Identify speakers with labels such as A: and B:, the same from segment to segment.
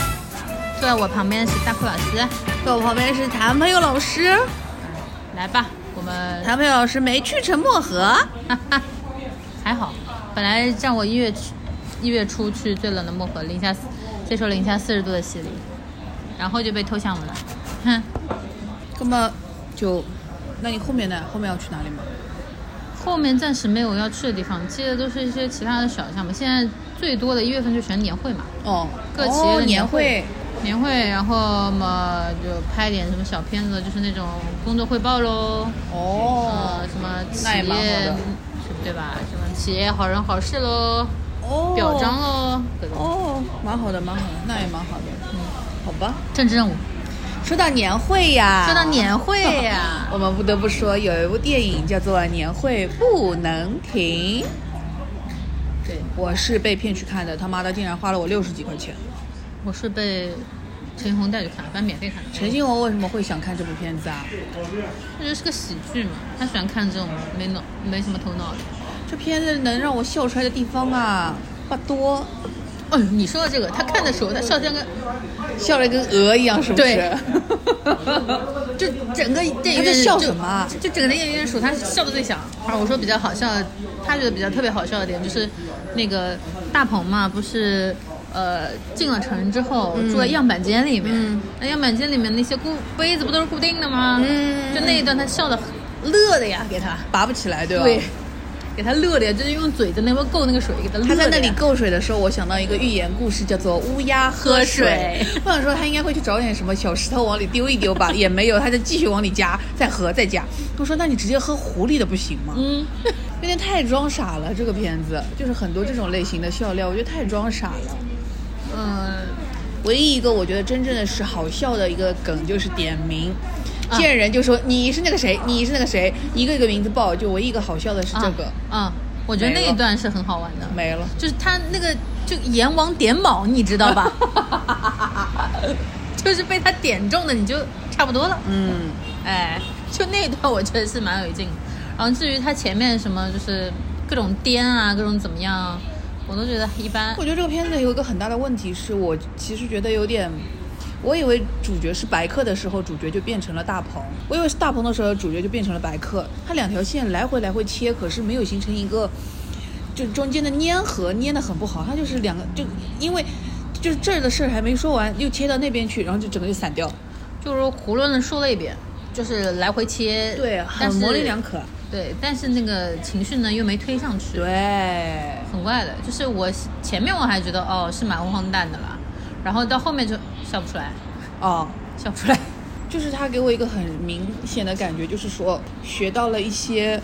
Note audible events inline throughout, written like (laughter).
A: 坐在我旁边的是大库老师，
B: 坐我旁边是谭朋友老师，
A: 来吧，我们
B: 谭朋友老师没去成漠河，
A: 哈哈，还好，本来让我一月去一月初去最冷的漠河，零下接受零下四十度的洗礼，然后就被偷项目了，哼，
B: 那么就，那你后面呢？后面要去哪里吗？
A: 后面暂时没有要去的地方，接的都是一些其他的小项目。现在最多的一月份就全年会嘛，
B: 哦，
A: 各企业
B: 哦
A: 的
B: 年
A: 会，年会，然后嘛就拍点什么小片子，就是那种工作汇报喽，
B: 哦
A: 呃，什么企
B: 那也蛮好
A: 业
B: 的，
A: 对吧？什么企业好人好事喽，
B: 哦，
A: 表彰喽，各种
B: 哦，蛮好的，蛮好的，那也蛮好的，嗯，好吧。
A: 政治任务。
B: 说到年会呀，
A: 说到年会呀
B: (laughs) 我们不得不说有一部电影叫做《年会不能停》，
A: 对，
B: 我是被骗去看的，他妈的竟然花了我六十几块钱。
A: 我是被陈红带去看的，反正免费看的。
B: 陈信宏为什么会想看这部片子啊？
A: 他觉得是个喜剧嘛，他喜欢看这种没脑、没什么头脑的。
B: 这片子能让我笑出来的地方啊不多，
A: 哎呦，你说到这个，他看的时候，他笑得像个
B: 哦笑得跟鹅一样，是不是
A: 对？
B: (laughs)
A: 就整个电影
B: 他在
A: 院
B: 笑
A: 就
B: 什么啊
A: 就整个电影院数他笑的最响。而我说比较好笑的，他觉得比较特别好笑的点就是，那个大鹏嘛，不是呃进了城之后、
B: 嗯
A: 住在样板间里面，那样板间里面那些固杯子不都是固定的吗？
B: 嗯
A: 就那一段他笑的乐的呀，给他
B: 拔不起来，对吧？
A: 对。给他乐的呀，就是用嘴在那边够那个水，给他乐的
B: 他
A: 呀。
B: 在那里够水的时候，我想到一个寓言故事，叫做“乌鸦喝水”
A: 喝水
B: 我想说他应该会去找点什么小石头往里丢一丢 (laughs) 吧，也没有，他就继续往里加，再喝，再加。我说：“那你直接喝湖里的不行吗？”
A: 嗯，
B: (laughs) 有点太装傻了。这个片子就是很多这种类型的笑料，我觉得太装傻了。
A: 嗯，
B: 唯一一个我觉得真正的是好笑的一个梗就是点名，见人就说你是那个谁，你是那个谁，一个一个名字报，就唯一一个好笑的是这个、
A: 啊，啊我觉得那
B: 没了
A: 一段是很好玩的，
B: 没了。
A: 就是他那个就阎王点卯，你知道吧？ (laughs) 就是被他点中的，你就差不多了。
B: 嗯，
A: 哎，就那一段我觉得是蛮有劲。然后至于他前面什么，就是各种颠啊，各种怎么样，我都觉得一般
B: (laughs) 我。觉得这个片子有一个很大的问题是我其实觉得有点。我以为主角是白客的时候，主角就变成了大鹏；我以为是大鹏的时候，主角就变成了白客。他两条线来回来回切，可是没有形成一个，就中间的粘合粘得很不好。他就是两个，就因为就是这儿的事儿还没说完，又切到那边去，然后就整个就散掉。
A: 就是胡乱的说了一遍，就是来回切，
B: 对，
A: 但是
B: 很模棱两。可。
A: 对，但是那个情绪呢又没推上去。
B: 对，
A: 很怪的，就是我前面我还觉得哦是蛮荒诞的啦，然后到后面就笑不出来，
B: 哦，
A: 笑不出
B: (laughs)
A: 来。
B: 就是他给我一个很明显的感觉，就是说学到了一些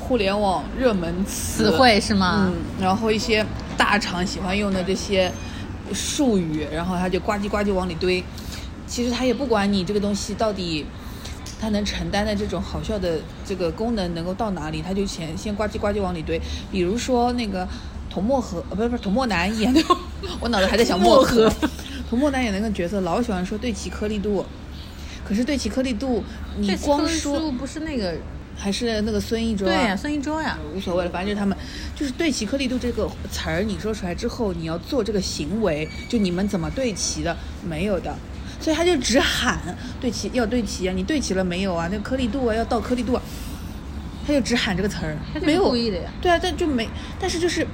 B: 互联网热门词
A: 词，汇是吗？
B: 嗯，然后一些大厂喜欢用的这些术语，然后他就呱唧呱唧往里堆。其实他也不管你这个东西到底。他能承担的这种好笑的这个功能能够到哪里，他就先先呱唧呱唧往里堆。比如说那个童漠河，呃，不是不是童漠男演的， (laughs) 我脑子还在想 (laughs) 漠河。童漠男演的那个角色老喜欢说对齐颗粒度，可是对齐颗粒度，你
A: 这
B: 光
A: 书
B: 说
A: 不是那个啊
B: 还是那个孙艺洲
A: 对
B: 啊
A: 呀、孙一舟呀、
B: 无所谓了，反正就是他们，就是对齐颗粒度这个词儿，你说出来之后，你要做这个行为，就你们怎么对齐的，没有的，所以他就只喊对齐要对齐啊，你对齐了没有啊？那个颗粒度啊，要到颗粒度啊，他就只喊这个词儿
A: 他，就是
B: 没有
A: 故意的呀
B: 对啊，但就没，但是就是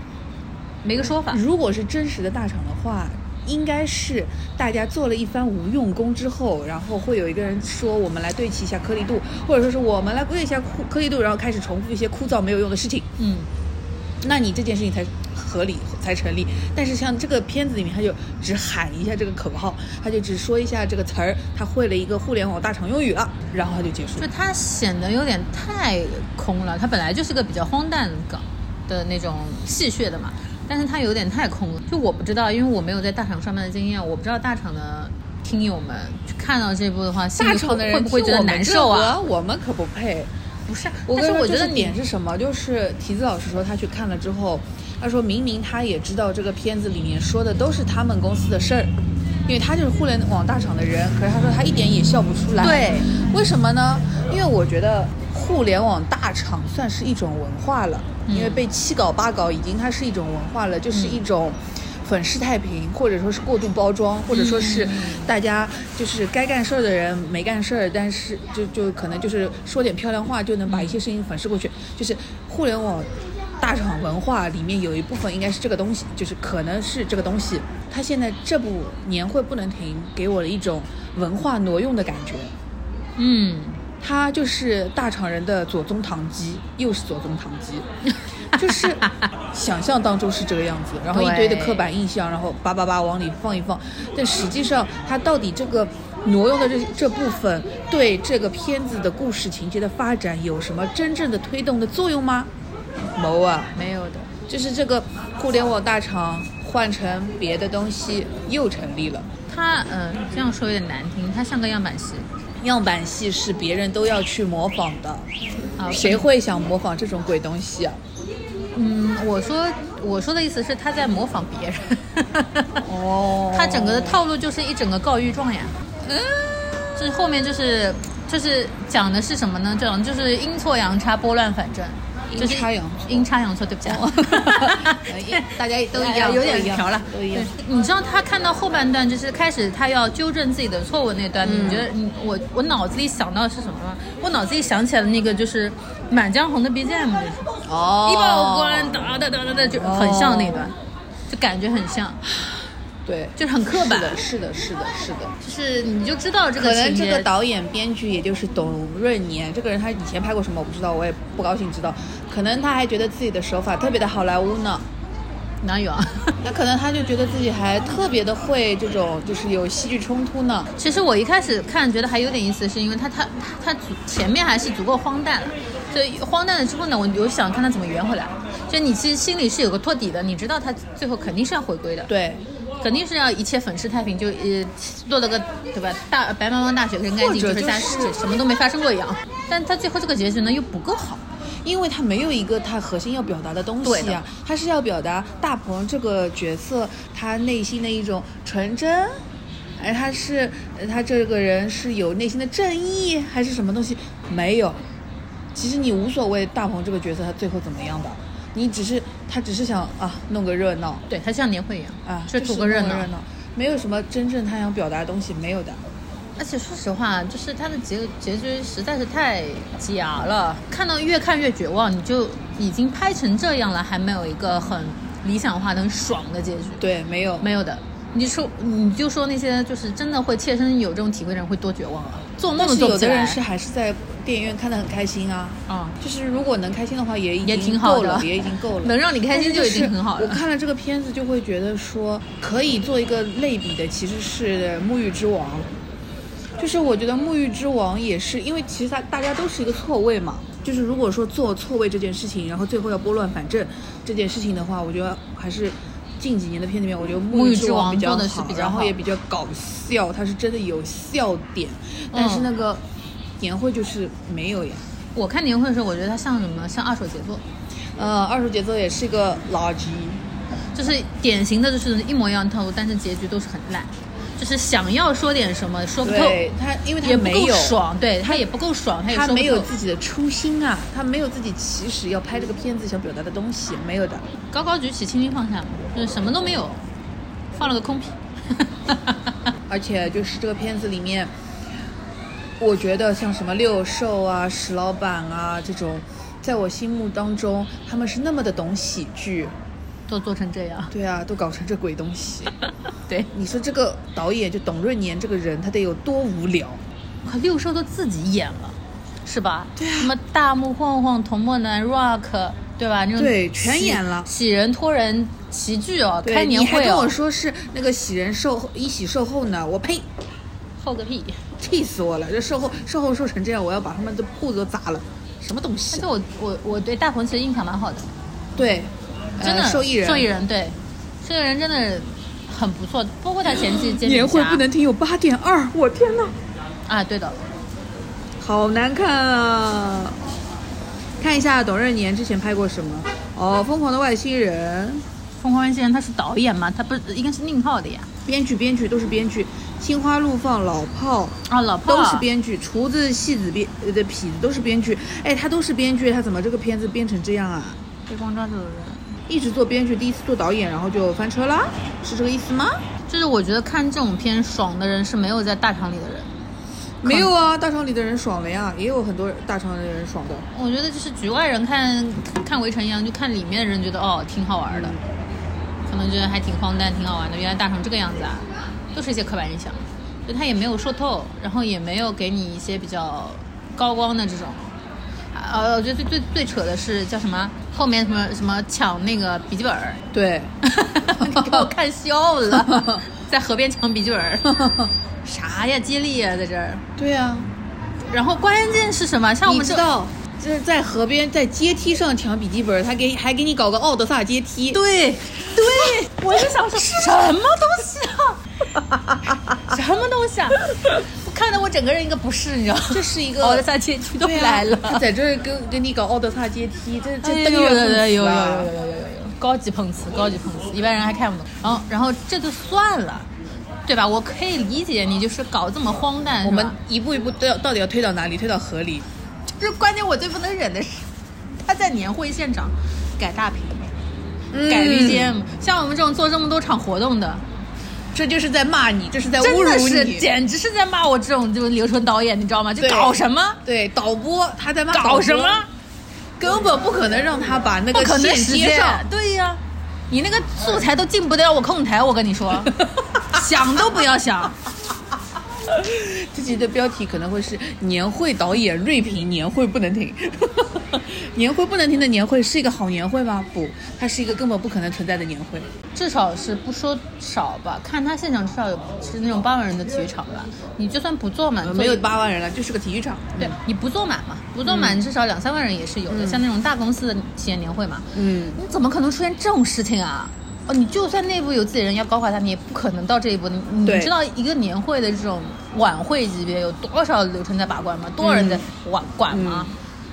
A: 没个说法。
B: 如果是真实的大厂的话，应该是大家做了一番无用功之后，然后会有一个人说我们来对齐一下颗粒度，或者说是我们来对齐一下颗颗粒度，然后开始重复一些枯燥没有用的事情。
A: 嗯，
B: 那你这件事情才合理才成立。但是像这个片子里面，他就只喊一下这个口号，他就只说一下这个词儿，他会了一个互联网大厂用语了，然后他就结束
A: 就。它显得有点太空了，它本来就是个比较荒诞梗的那种戏谑的嘛，但是它有点太空了。就我不知道，因为我没有在大厂上班的经验，我不知道大厂的听友们看到这部的话，心里
B: 大厂的人
A: 会不会觉
B: 听
A: 得
B: 我们
A: 难受啊？
B: 这个？我们可不配。
A: 不是，
B: 我
A: 但
B: 跟
A: 是
B: 你说
A: 我觉
B: 这
A: 得
B: 个
A: 你
B: 点是什么？就是提子老师说他去看了之后，他说明明他也知道这个片子里面说的都是他们公司的事儿，因为他就是互联网大厂的人，可是他说他一点也笑不出来。
A: 对，
B: 为什么呢？因为我觉得互联网大厂算是一种文化了，因为被七搞八搞已经它是一种文化了，就是一种粉饰太平，或者说是过度包装，或者说是大家就是该干事儿的人没干事儿，但是就就可能就是说点漂亮话就能把一些事情粉饰过去，就是互联网。大厂文化里面有一部分应该是这个东西，就是可能是这个东西。它现在这部年会不能停，给我了一种文化挪用的感觉。
A: 嗯，
B: 它就是大厂人的左宗棠鸡，又是左宗棠 (laughs) 鸡，就是想象当中是这个样子，然后一堆的刻板印象，然后叭叭叭往里放一放。但实际上，它到底这个挪用的这这部分对这个片子的故事情节的发展有什么真正的推动的作用吗？谋啊，
A: 没有的。
B: 就是这个互联网大厂换成别的东西又成立了。
A: 它嗯、呃，这样说有点难听，它像个样板戏。
B: 样板戏是别人都要去模仿的，
A: 啊
B: 谁会想模仿这种鬼东西啊？
A: 嗯，我说我说的意思是他在模仿别 (laughs) 人。
B: 哦
A: 他整个的套路就是一整个告御状呀。就是后面就是就是讲的是什么呢？这种就是阴错阳差、拨乱反正。
B: 阴
A: 就是
B: 差阳错
A: 阴差阳错，对哦不起啊 (laughs)
B: 哎， (laughs) 大家
A: 都
B: 大
A: 一
B: 家
A: 样，
B: 有
A: (laughs) 有
B: 点
A: 点瓢了，
B: 都一样
A: 对。你知道他看到后半段，就是开始他要纠正自己的错误那段，你觉得你我我脑子里想到的是什么吗？我脑子里想起来的那个就是《满江红》的 BGM，就是
B: 哦
A: 一报官，哒哒哒哒哒，就很像那段，就感觉很像，
B: 对，
A: 就是很刻板
B: 是，的，是的，是的，是的。
A: 就是你就知道这
B: 可
A: 个
B: 能
A: 情
B: 这个
A: 节。
B: 导演、编剧也就是董润年这个人，他以前拍过什么我不知道，我也不高兴知道。可能他还觉得自己的手法特别的好莱坞 (laughs) 呢。
A: (laughs) 哪有啊？
B: 那可能他就觉得自己还特别的会这种，就是有戏剧冲突呢。
A: 其实我一开始看觉得还有点意思，是因为他他他足前面还是足够荒诞了，所以荒诞了之后呢，我就想看他怎么圆回来。就你其实心里是有个托底的，你知道他最后肯定是要回归的，，
B: 对，
A: 肯定是要一切粉饰太平，就呃落了个对吧大白茫茫大雪更干净，
B: 或者
A: 是大
B: 就是
A: 什么都没发生过一样。但他最后这个结局呢又不够好，
B: 因为他没有一个他核心要表达的东
A: 对
B: 西
A: 的
B: 啊，他是要表达大鹏这个角色他内心的一种纯真，哎，他是呃他这个人是有内心的正义还是什么东西？没有，其实你无所谓大鹏这个角色他最后怎么样吧，你只是他只是想啊弄个热闹
A: 对他像年会一样
B: 啊，
A: 就图
B: 是
A: 个热
B: 弄
A: 闹。
B: 闹，没有什么真正他想表达的东西，没有的。
A: 而且说实话，就是他的结结局实在是太假了，看到越看越绝望。你就已经拍成这样了，还没有一个很理想化的、很爽的结局，
B: 对，没有，
A: 没有的。你就说，你就说那些就是真的会切身有这种体会的人会多绝望啊！做梦
B: 但
A: 都
B: 是
A: 做不
B: 有
A: 起
B: 的
A: 来。
B: 人是还是在电影院看得很开心啊。
A: 啊、
B: 就是如果能开心的话，也已
A: 也
B: 经
A: 挺好
B: 够了，
A: 的
B: 也已经够了，
A: (laughs) 能让你开心就已经
B: 但是
A: 很好了
B: 我看了这个片子，就会觉得说，可以做一个类比的，其实是《沐浴之王》，就是我觉得《沐浴之王》也是，因为其实大大家都是一个错位嘛。就是如果说做错位这件事情，然后最后要拨乱反正这件事情的话，我觉得还是近几年的片子里面，我觉得《沐
A: 沐浴
B: 之
A: 之
B: 王》
A: 王
B: 比较
A: 做的是
B: 好，
A: 比较
B: 然后
A: 好
B: 也比较搞笑，它是真的有笑点，但是
A: 嗯
B: 那个年会就是没有呀。
A: 我看年会的时候，我觉得它像什么呢？像二手杰作，
B: 呃，二手节奏也是一个垃圾。
A: 就是典型的就是一模一样的套路，但是结局都是很烂，就是想要说点什么哦说不透。
B: 对他，因为他
A: 也不
B: 没
A: 够
B: 有，
A: 爽，对他也不够爽，他也
B: 他
A: 说不
B: 没有
A: 透
B: 自己的初心啊，他没有自己其实要拍这个片子想表达的东西，没有的。
A: 高高举起，轻轻放下，就是什么都没有，放了个空屁。 (laughs)
B: 而且就是这个片子里面，我觉得像什么六兽啊、石老板啊这种，在我心目当中他们是那么的懂喜剧，
A: 都做成这样， (laughs)
B: 对啊，都搞成这鬼东西。
A: 对，
B: 你说这个导演就董润年这个人，他得有多无聊？
A: 快六兽都自己演了，是吧？对啊，什么大木晃晃、童漠男、Rock，对吧？那种
B: 对
A: 喜
B: 全演了
A: 喜人托人齐聚哦，
B: 对
A: 开年
B: 你还
A: 会
B: 跟我
A: 哦，
B: 说是那个喜人售后一喜售后呢，我呸！
A: 后个屁！
B: 气死我了！这售后售后说成这样，我要把他们的铺子都砸了，什么东
A: 而
B: 西啊
A: 且？我我我对大鹏其实印象蛮好的，
B: 对，
A: 真的、
B: 呃、受益人，
A: 受益人对，受益人真的很不错，包括他前期煎饼
B: 嗯年会
A: 侠
B: 不能停有八点二，我天呐，
A: 啊，对的，
B: 好难看啊！看一下董润年之前拍过什么？哦，《疯狂的外星人
A: 《疯狂外星人》他是导演嘛，他不是应该是宁浩的呀？》，
B: 编剧编剧都是编剧，《心花怒放》、《老炮》
A: 啊，老炮
B: 都是
A: 儿
B: 编剧，《厨子戏子编》呃的痞子都是编剧，哎，他都是编剧，他怎么这个片子编成这样啊？
A: 被光抓走的人，
B: 一直做编剧，第一次做导演，然后就翻车啦，是这个意思吗？
A: 就是我觉得看这种片爽的人是没有在大厂里的人，
B: 没有啊，大厂里的人爽了呀，也有很多大厂里的人爽的。
A: 我觉得就是局外人看看《围城》一样，就看里面的人觉得哦挺好玩的，可能觉得还挺荒诞、挺好玩的。原来大成这个样子啊，都是一些刻板印象，就他也没有说透，然后也没有给你一些比较高光的这种。啊呃，我觉得最最最扯的是叫什么？后面什么什么抢那个笔记本儿， (laughs)
B: 对，
A: 给我看笑
B: (laughs)
A: 了，在河边抢笔记本儿，啥呀，接力呀，在这儿。
B: 对啊呀、
A: 然后关键是什么？像我
B: 你
A: 们
B: 知
A: 这
B: 道，就是在河边在阶梯上抢笔记本，他给还给你搞个奥德萨阶梯，
A: 对，
B: (laughs)
A: 对，我就想说什么东西啊，什么东西啊，我看得我整个人一个不适，你知道吗？
B: 这是一个
A: 我的三千区都
B: 对呀
A: 来了，
B: 他在这儿跟跟你搞奥德萨阶梯，这这
A: 哎
B: 登
A: 呦
B: 月
A: 有有有有有
B: 碰瓷啊
A: 有有有有，高级碰瓷，高级碰瓷，一般人还看不懂。然后然后这就算了，对吧？我可以理解你就是搞这么荒诞，
B: 我
A: 是吧
B: 们一步一步都要到底要推到哪里？推到河里。
A: 这关键我最不能忍的是，他在年会现场改大屏。
B: 嗯
A: 改 BGM，、像我们这种做这么多场活动的，
B: 这就是在骂你，这是在侮
A: 真的
B: 辱
A: 是
B: 你。
A: 简直是在骂我这种就是流程导演，你知道吗？就
B: 对
A: 搞什么？
B: 对，导播他在骂导
A: 搞
B: 播
A: 什么？？
B: 根本不哦可能啊让他把那
A: 不
B: 个
A: 可能
B: 线
A: 实
B: 接
A: 现
B: 上。。
A: 对呀、你那个素材都进不到我控台，我跟你
B: (laughs)
A: 说，想都不要想。
B: 自己的标题可能会是“年会导演锐评，年会不能停” 。年会不能停的年会是一个好年会吗？不，它是一个根本不可能存在的年会。
A: 至少是不说少吧，看他现场至少有是那种八万人的体育场吧。你就算不坐满，
B: 呃没有
A: 坐
B: 八嗯万人了，就是个体育场。
A: 啊对，你不坐满嘛，不坐满至少两三万人也是有的，像那种大公司的企业年会嘛，
B: 嗯，
A: 你怎么可能出现这种事情啊？哦，你就算内部有自己人要搞垮他，你也不可能到这一步。你你
B: 对
A: 知道一个年会的这种晚会级别有多少流程在把关吗？多少人在
B: 嗯
A: 管管吗？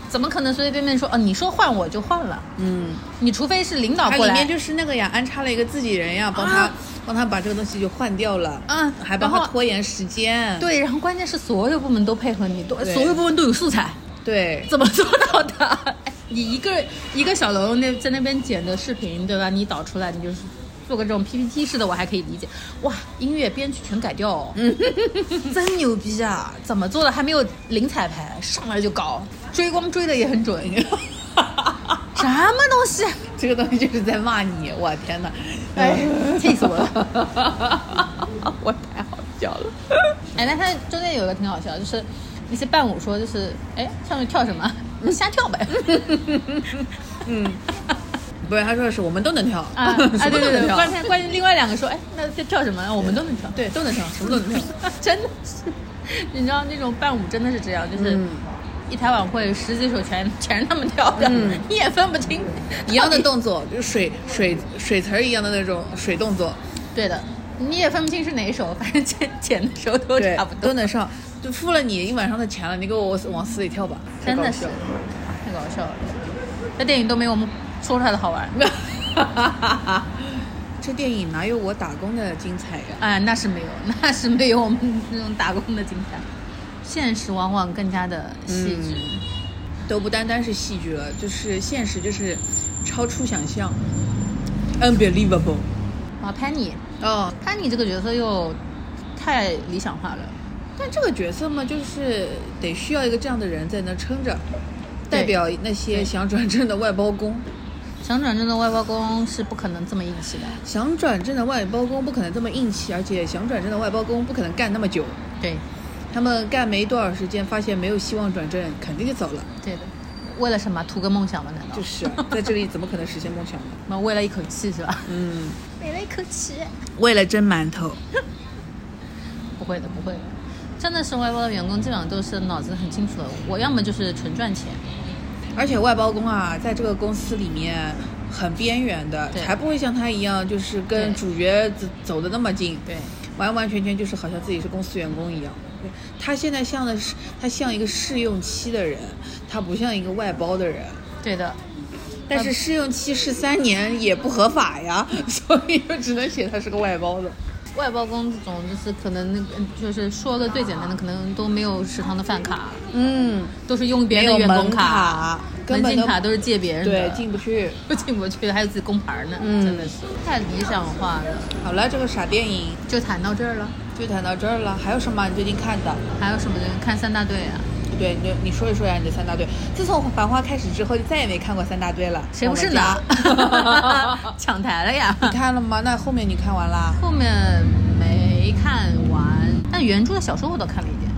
A: 怎么可能随随便便说哦？你说换我就换了？
B: 嗯，
A: 你除非是领导
B: 它
A: 过
B: 啊
A: 来，
B: 里面就是那个呀，安插了一个自己人呀，帮他、
A: 啊
B: 帮他把这个东西就换掉了，
A: 嗯
B: 还帮
A: 然
B: 他
A: 后
B: 拖延时间。
A: 对，然后关键是所有部门都配合你，都
B: 对
A: 所有部门都有素材，
B: 对
A: 怎么做到的？ (laughs) 哎你一个一个小喽啰那在那边剪的视频，对吧？你导出来，你就是做个这种 PPT 式的，我还可以理解。哇，音乐编曲全改掉哦， (laughs) 真牛逼啊！怎么做的？还没有零彩排，上来就搞，追光追的也很准。 (laughs) 什么东西？
B: 这个东西就是在骂你，我天哪！
A: 哎， (laughs) 气死我了！ (laughs)
B: 了， (laughs) 我太好笑了。
A: 哎，但它中间有一个挺好笑的，就是那些伴舞说，就是哎上面跳什么，
B: 嗯
A: 你瞎跳
B: (laughs)
A: 呗。
B: 不是，他说的是我们都能跳
A: 啊啊！
B: 什
A: 对
B: 么
A: 对
B: 都能
A: 对，
B: 跳，
A: 关键关键另外两个说，哎，那这跳什么？我们都能跳。
B: 对，都能跳，什么都能 (laughs) 跳。
A: 真的是，你知道那种伴舞真的是这样，就是
B: 嗯
A: 一台晚会十几首全全是他们跳的，
B: 嗯
A: (laughs) 你也分不清
B: 一样的
A: 到底
B: 动作，就水水水词儿一样的那种水动作，
A: 对的，你也分不清是哪一首，反正剪剪的时候都
B: 对
A: 差不，多
B: 都。能上，就付了你一晚上的钱了，你给我往死里跳吧，太
A: 真
B: 搞
A: 的是
B: 笑了。
A: 太搞笑了，这电影都没有我们说出来的好
B: (laughs)
A: 玩。
B: 这电影哪有我打工的精彩呀？
A: 哎，那是没有， (laughs) 那是没有我们这种打工的精彩。现实往往更加的细致。
B: 都不单单是戏剧了，就是现实，就是超出想象，unbelievable。嗯
A: 哇，潘妮，
B: 哦，
A: 潘啊妮这个角色又太理想化了。
B: 但这个角色嘛，就是得需要一个这样的人在那撑着，代表那些想转正的外包工。
A: 想转正的外包工是不可能这么硬气的。
B: 想转正的外包工不可能这么硬气，而且想转正的外包工不可能干那么久。
A: 对，
B: 他们干没多少时间，发现没有希望转正，肯定就走了。
A: 对的。为了什么？图个梦想吗？难道？
B: (laughs) 就是啊在这里怎么可能实现梦想呢？
A: 那为了一口气是吧？ (laughs)
B: 嗯，
A: 为了一口气。
B: 为了蒸馒头，
A: 不会的，不会的。真的是外包的员工，基本上都是脑子很清楚的。我要么就是纯赚钱，
B: 而且外包工啊，在这个公司里面很边缘的，
A: 对
B: 才不会像他一样，就是
A: 对
B: 跟主角走走的那么近。
A: 对，
B: 完完全全就是好像自己是公司员工一样。对他现在像的是，他像一个试用期的人，他不像一个外包的人。
A: 对的。
B: 但是 (laughs) 试用期是三年也不合法呀，所以就只能写他是个外包的。
A: 外包工这种，就是可能那个就是说的最简单的，可能都没有食堂的饭卡，
B: 嗯，
A: 都是用别人
B: 没
A: 的
B: 有
A: 员工
B: 门卡根本
A: 门禁
B: 都
A: 卡都是借别人的，
B: 对，进不去。
A: 都进不去，还有自己工牌呢，
B: 嗯
A: 真的是太理想化了。
B: 好了，这个傻电影
A: 就谈到这儿了，
B: 就谈到这儿了。还有什么你最近看的？
A: 还有什么人看三大队啊？
B: 对，你就你说一说呀，你的三大队。自从《繁花》开始之后，就再也没看过三大队了。
A: 谁不是呢
B: 呢？？
A: (laughs) 抢台了呀！
B: 你看了吗？那后面你看
A: (laughs)
B: 完啦？
A: 后面没看完，但原著的小说我倒看了一点。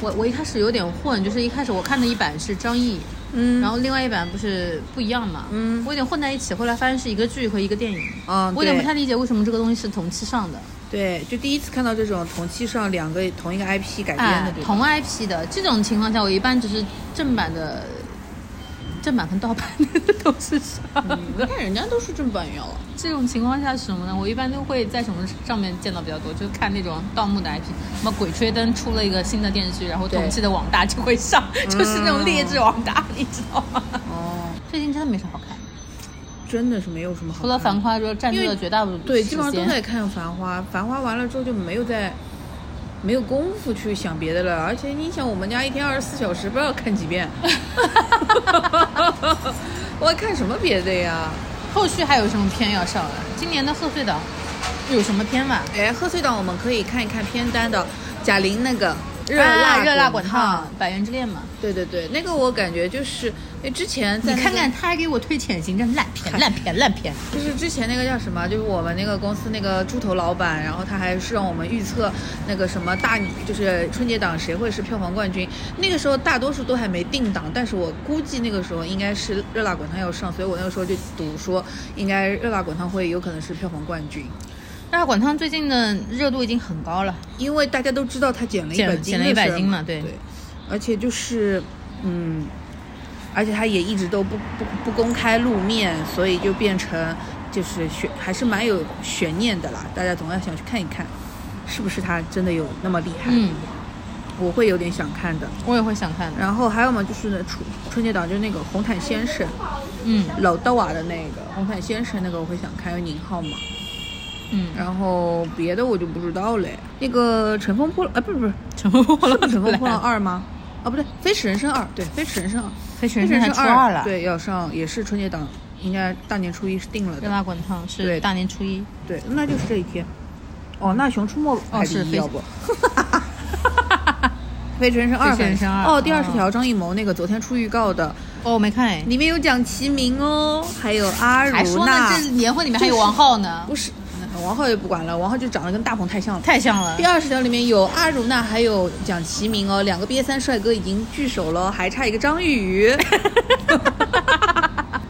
A: 我我一开始有点混，就是一开始我看的一版是张译，
B: 嗯
A: 然后另外一版不是不一样嘛，
B: 嗯
A: 我有点混在一起，后来发现是一个剧和一个电影，
B: 嗯
A: 我有点
B: 对
A: 不太理解为什么这个东西是同期上的，
B: 对，就第一次看到这种同期上两个同一个 IP 改编的
A: 哎
B: 这，种。
A: 同 IP 的这种情况下，我一般只是正版的，正版跟盗版的都是上的。
B: 嗯看人家都是正版元了。
A: 这种情况下是什么呢？我一般都会在什么上面见到比较多，就看那种盗墓的 IP，什么《鬼吹灯》出了一个新的电视剧，然后
B: 对
A: 同期的网大就会上，就是那种劣质网大，你知道吗？
B: 嗯哦，
A: 最近真的没啥好看，
B: 真的是没有什么好
A: 除
B: 看的。
A: 了《繁花》之后，占据
B: 因
A: 了
B: 为
A: 绝大部分
B: 对，
A: 时
B: 基本上都
A: 间
B: 在看《繁花》，《繁花》完了之后就没有再没有功夫去想别的了。而且你想，我们家一天二十四小时，不知道看几遍， (laughs) 我还看什么别的呀？
A: 后续还有什么片要上来？啊今年的贺岁档有什么片吗？
B: 哎，贺岁档我们可以看一看片单的，贾玲那个热
A: 啊
B: 辣
A: 热辣
B: 滚
A: 滚烫，《百元之恋》嘛。
B: 对对对，那个我感觉就是，哎，之前在、
A: 你看看，他还给我推潜行战，烂片，烂片，烂片。
B: 就是之前那个叫什么，就是我们那个公司那个猪头老板，然后他还是让我们预测那个什么大，就是春节档谁会是票房冠军。那个时候大多数都还没定档，但是我估计那个时候应该是《热辣滚烫》要上，所以我那个时候就赌说，应该《热辣滚烫》会有可能是票房冠军，
A: 热辣滚烫最近的热度已经很高了，
B: 因为大家都知道他减了一
A: 减
B: 百斤，
A: 减了100斤嘛对
B: 对，而且就是，嗯。而且他也一直都不不不公开露面，所以就变成就是悬还是蛮有悬念的啦。大家总要想去看一看，是不是他真的有那么厉害？
A: 嗯，
B: 我会有点想看的。
A: 我也会想看的，
B: 然后还有嘛，就是呢春春节档就是那个《红毯先生》，
A: 嗯
B: 老刀娃的那个《红毯先生》，那个我会想看，有宁浩嘛。
A: 嗯，
B: 然后别的我就不知道嘞。那个《乘风破浪》啊，不是不是，
A: 乘风破
B: 是不
A: (laughs)
B: 是《乘风破浪二》吗？啊，不对，《飞驰人生二》对，《飞驰人生二》，《
A: 飞驰
B: 飞
A: 人
B: 驰
A: 生
B: 人
A: 还
B: 生
A: 初二了，，
B: 对，要上也是春节档，应该大年初一是定了
A: 热
B: 的。
A: 辣滚烫是
B: 对
A: 大年初一，
B: 对，那就是这一天。哦，那《熊出没》
A: 哦
B: 排第
A: 是
B: 一，
A: 飞
B: 要不？ (laughs) 飞驰人生二，
A: 飞驰人生二
B: 哦，第二十
A: 哦
B: 条张艺谋那个昨天出预告的，
A: 哦我没看哎，
B: 里面有蒋奇明哦，还有阿
A: 还
B: 如
A: 说呢
B: 娜，
A: 这年会里面还有王浩呢，
B: 不是王浩就不管了，王浩就长得跟大鹏太像了。
A: 太像了
B: 第，二十条里面有阿如娜，还有蒋奇明哦，两个 B 三帅哥已经聚首了，还差一个张玉
A: (laughs)
B: 宇。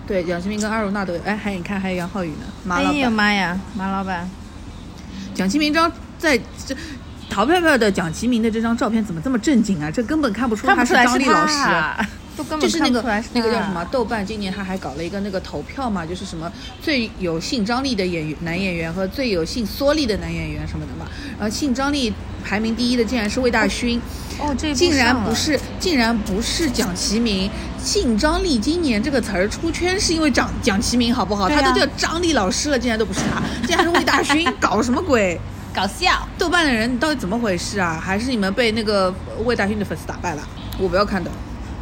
B: 对，蒋奇明跟阿如娜都有，哎，还有你看还有杨浩宇呢，马
A: 哎
B: 老
A: 呀
B: 板。
A: 妈呀，马老板，
B: 蒋奇明张在这淘票票的蒋奇明的这张照片怎么这么正经啊？这根本看不出
A: 看不
B: 他
A: 出
B: 是
A: 来
B: 张
A: 是
B: 力
A: 他
B: 老师。，啊
A: 都根
B: 就
A: 本
B: 是那
A: 看不
B: 个
A: 出来是
B: 那个叫
A: 他
B: 什么？豆瓣，今年他还搞了一个那个投票嘛，就是什么最有性张力的演员男演员和最有性缩力的男演员什么的嘛。然后性张力排名第一的竟然是魏大勋，
A: 哦这一部
B: 竟然
A: 上了
B: 不是竟然不是蒋奇明。性张力今年这个词儿出圈是因为蒋蒋奇明好不好？
A: 对啊
B: 他都叫张力老师了，竟然都不是他，竟然是魏大勋，搞什么鬼？
A: 搞笑，
B: 豆瓣的人你到底怎么回事啊？还是你们被那个魏大勋的粉丝打败了？我不要看的。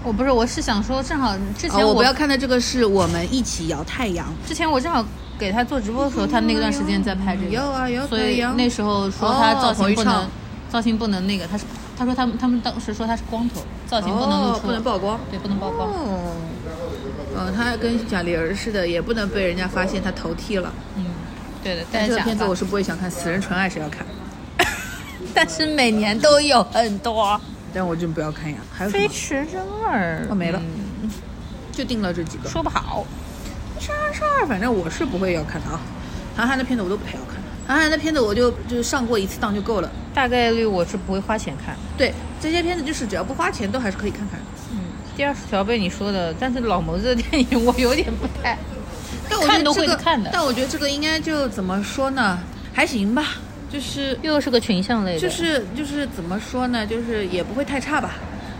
A: 我哦不是我是想说正好之
B: 啊，
A: 前
B: 我不要看的这个是我们一起摇太阳。
A: 之前我正好给他做直播的时候，他那个段时间在拍这
B: 有
A: 个，
B: 啊有
A: 哎所
B: 可
A: 以
B: 以啊
A: 那时候说他造型
B: 哦
A: 不
B: 彭昱
A: 能
B: 畅，
A: 造型不能那个，他是他说他们他们当时说他是光头，造型不能露
B: 哦
A: 出，
B: 不能曝光。
A: 对，不能曝光。
B: 哦，嗯、他跟贾玲儿似的，也不能被人家发现他头剃了。
A: 嗯，对的，但
B: 但
A: 是
B: 这个
A: 想
B: 片子
A: 法
B: 我是不会想看，《死人纯爱》谁要看？
A: 但是每年都有很多。
B: 但我真不要看呀。还有什
A: 飞
B: 么？
A: 驰人二，
B: 哦没了
A: 嗯
B: 就定了这几个。
A: 说不好。
B: 上二上二，反正我是不会要看的啊。韩寒的片子我都不太要看，韩寒的片子我就就是上过一次当就够了。
A: 大概率我是不会花钱看。
B: 对，这些片子就是只要不花钱都还是可以看看的。
A: 嗯，第二十条被你说的，但是老谋子的电影我有点不太。
B: 但我觉得
A: 看都
B: 这
A: 会
B: 个
A: 看的
B: 但我觉得这个应该就怎么说呢，还行吧，就是
A: 又是个群像类的，
B: 就是就是怎么说呢，就是也不会太差吧。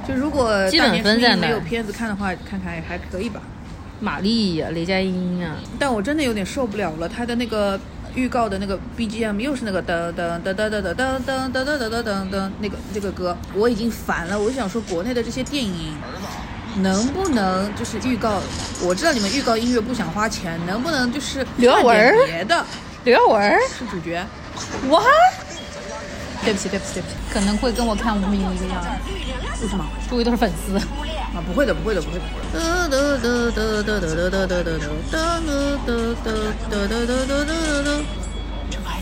B: 就如果
A: 基
B: 大
A: 本
B: 年初
A: 分在
B: 一
A: 那
B: 没
A: 儿
B: 有片子看的话，看看也还可以吧。
A: 马丽呀、雷佳音啊，
B: 但我真的有点受不了了，他的那个预告的那个 BGM 又是那个噔噔噔噔噔噔噔噔噔噔噔噔噔那个这个歌，我已经烦了。我就想说，国内的这些电影能不能就是预告？我知道你们预告音乐不想花钱，能不能就是
A: 刘耀
B: 换点
A: 文儿
B: 别的
A: 刘耀文儿
B: 是主角？
A: 哇！对不起，对不起，对不起，可能会跟我看无名一样，
B: 为什么？
A: 注意都是粉丝。
B: 啊，不会的，不会的，不会的。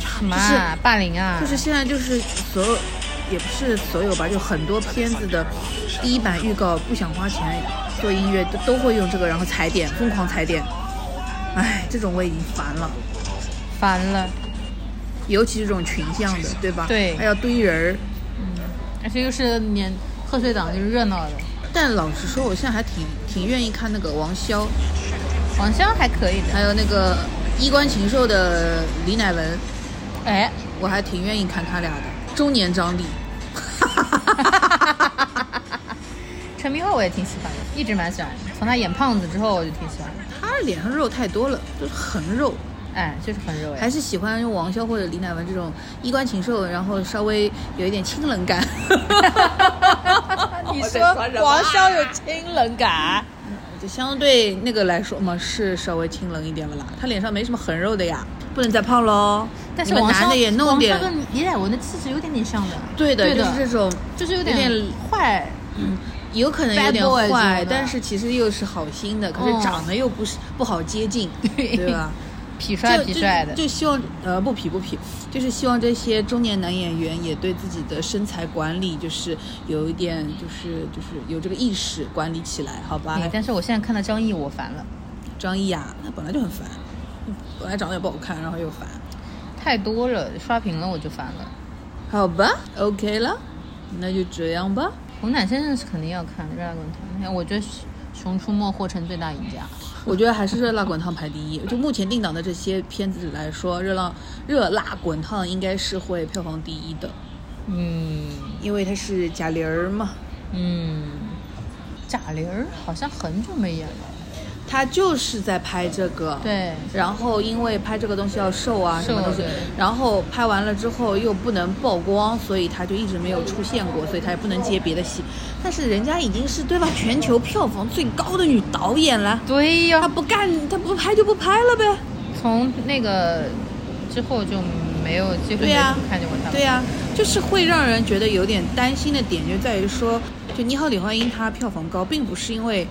A: 什么啊霸凌啊？
B: 就是现在就是所有，也不是所有吧，就很多片子的第一版预告不想花钱做音乐都都会用这个，然后踩点，疯狂踩点。唉，这种我已经烦了，
A: 烦了，
B: 尤其是这种群像的，对吧？
A: 对
B: 还要堆人儿。
A: 而且又是年贺岁档，就是热闹的。
B: 但老实说，我现在还挺挺愿意看那个王骁，
A: 黄潇还可以的，
B: 还有那个衣冠禽兽的李乃文，
A: 哎，
B: 我还挺愿意看他俩的中年
A: (laughs)
B: 张力。
A: 陈明昊我也挺喜欢的，一直蛮喜欢的。从他演胖子之后，我就挺喜欢的。
B: 他脸上肉太多了，就是横肉，
A: 哎，就是很热哎
B: 还。是喜欢用王骁或者李乃文这种衣冠禽兽，然后稍微有一点清冷感。
A: (laughs) 你
B: 我
A: 说
B: 在说什么
A: 黄潇有清冷感？
B: 就相 (laughs) 对那个来说嘛，是稍微清冷一点了啦。他脸上没什么横肉的呀，不能再胖喽。
A: 但是
B: 你们
A: 王
B: 男的
A: 骁
B: 也弄点
A: 王，骁跟李乃文的气质有点点像的。
B: 对的，
A: 对的
B: 就是这种，
A: 就是有
B: 有点
A: 坏，
B: 有可能有
A: Bad boy
B: 点
A: 什么
B: 坏
A: 的，
B: 但是其实又是好心的，可是
A: 嗯
B: 长得又不是不好
A: (laughs)
B: 接近，
A: 对
B: 对吧？
A: 痞
B: 就
A: 帅痞帅的
B: 就，就希望呃不痞不痞，就是希望这些中年男演员也对自己的身材管理就是有一点就是就是有这个意识管理起来，好吧
A: 哎？但是我现在看到张译，我烦了，
B: 张译啊，他本来就很烦，本来长得也不好看，然后又烦，
A: 太多了，刷屏了我就烦了。
B: 好吧，OK 了，那就这样吧。
A: 红毯先生是肯定要看《热辣滚烫》，哎我觉得《熊出没》或成最大赢家。
B: 我觉得还是《热辣滚烫》排第一。就目前定档的这些片子来说，《热浪热辣滚烫》应该是会票房第一的，
A: 嗯
B: 因为它是贾玲儿嘛，
A: 嗯，贾玲儿好像很久没演了。
B: 她就是在拍这个。。
A: 对，
B: 然后因为拍这个东西要瘦啊，什么东西
A: 瘦对，
B: 然后拍完了之后又不能曝光，所以他就一直没有出现过，所以他也不能接别的戏。但是人家已经是对吧，全球票房最高的女导演了，
A: 对呀、
B: 她不干，她不拍就不拍了呗。
A: 从那个之后就没有机会
B: 对呀
A: 没看见过他们。
B: 对呀、就是会让人觉得有点担心的点就在于说，就《你好，李焕英》它票房高，并不是因为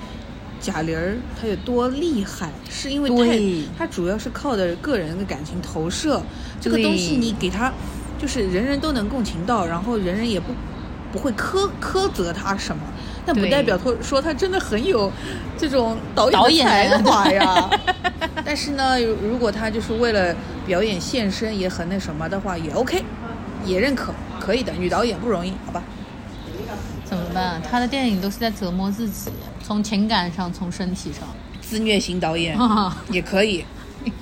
B: 贾玲儿她有多厉害，是因为
A: 对
B: 她她主要是靠的个人的感情投射，这个
A: 对
B: 东西你给她，就是人人都能共情到，然后人人也不不会苛苛责她什么。但不
A: 对
B: 代表说说她真的很有这种导
A: 导
B: 演
A: 演
B: 的
A: 啊
B: 才
A: (laughs)
B: 华呀。但是呢，如如果他就是为了表演献身也很那什么的话，也 OK，也认可，可以的。女导演不容易，好吧？
A: 怎么办？啊他的电影都是在折磨自己，从情感上，从身体上。
B: 自虐型导演
A: 啊
B: 也可以，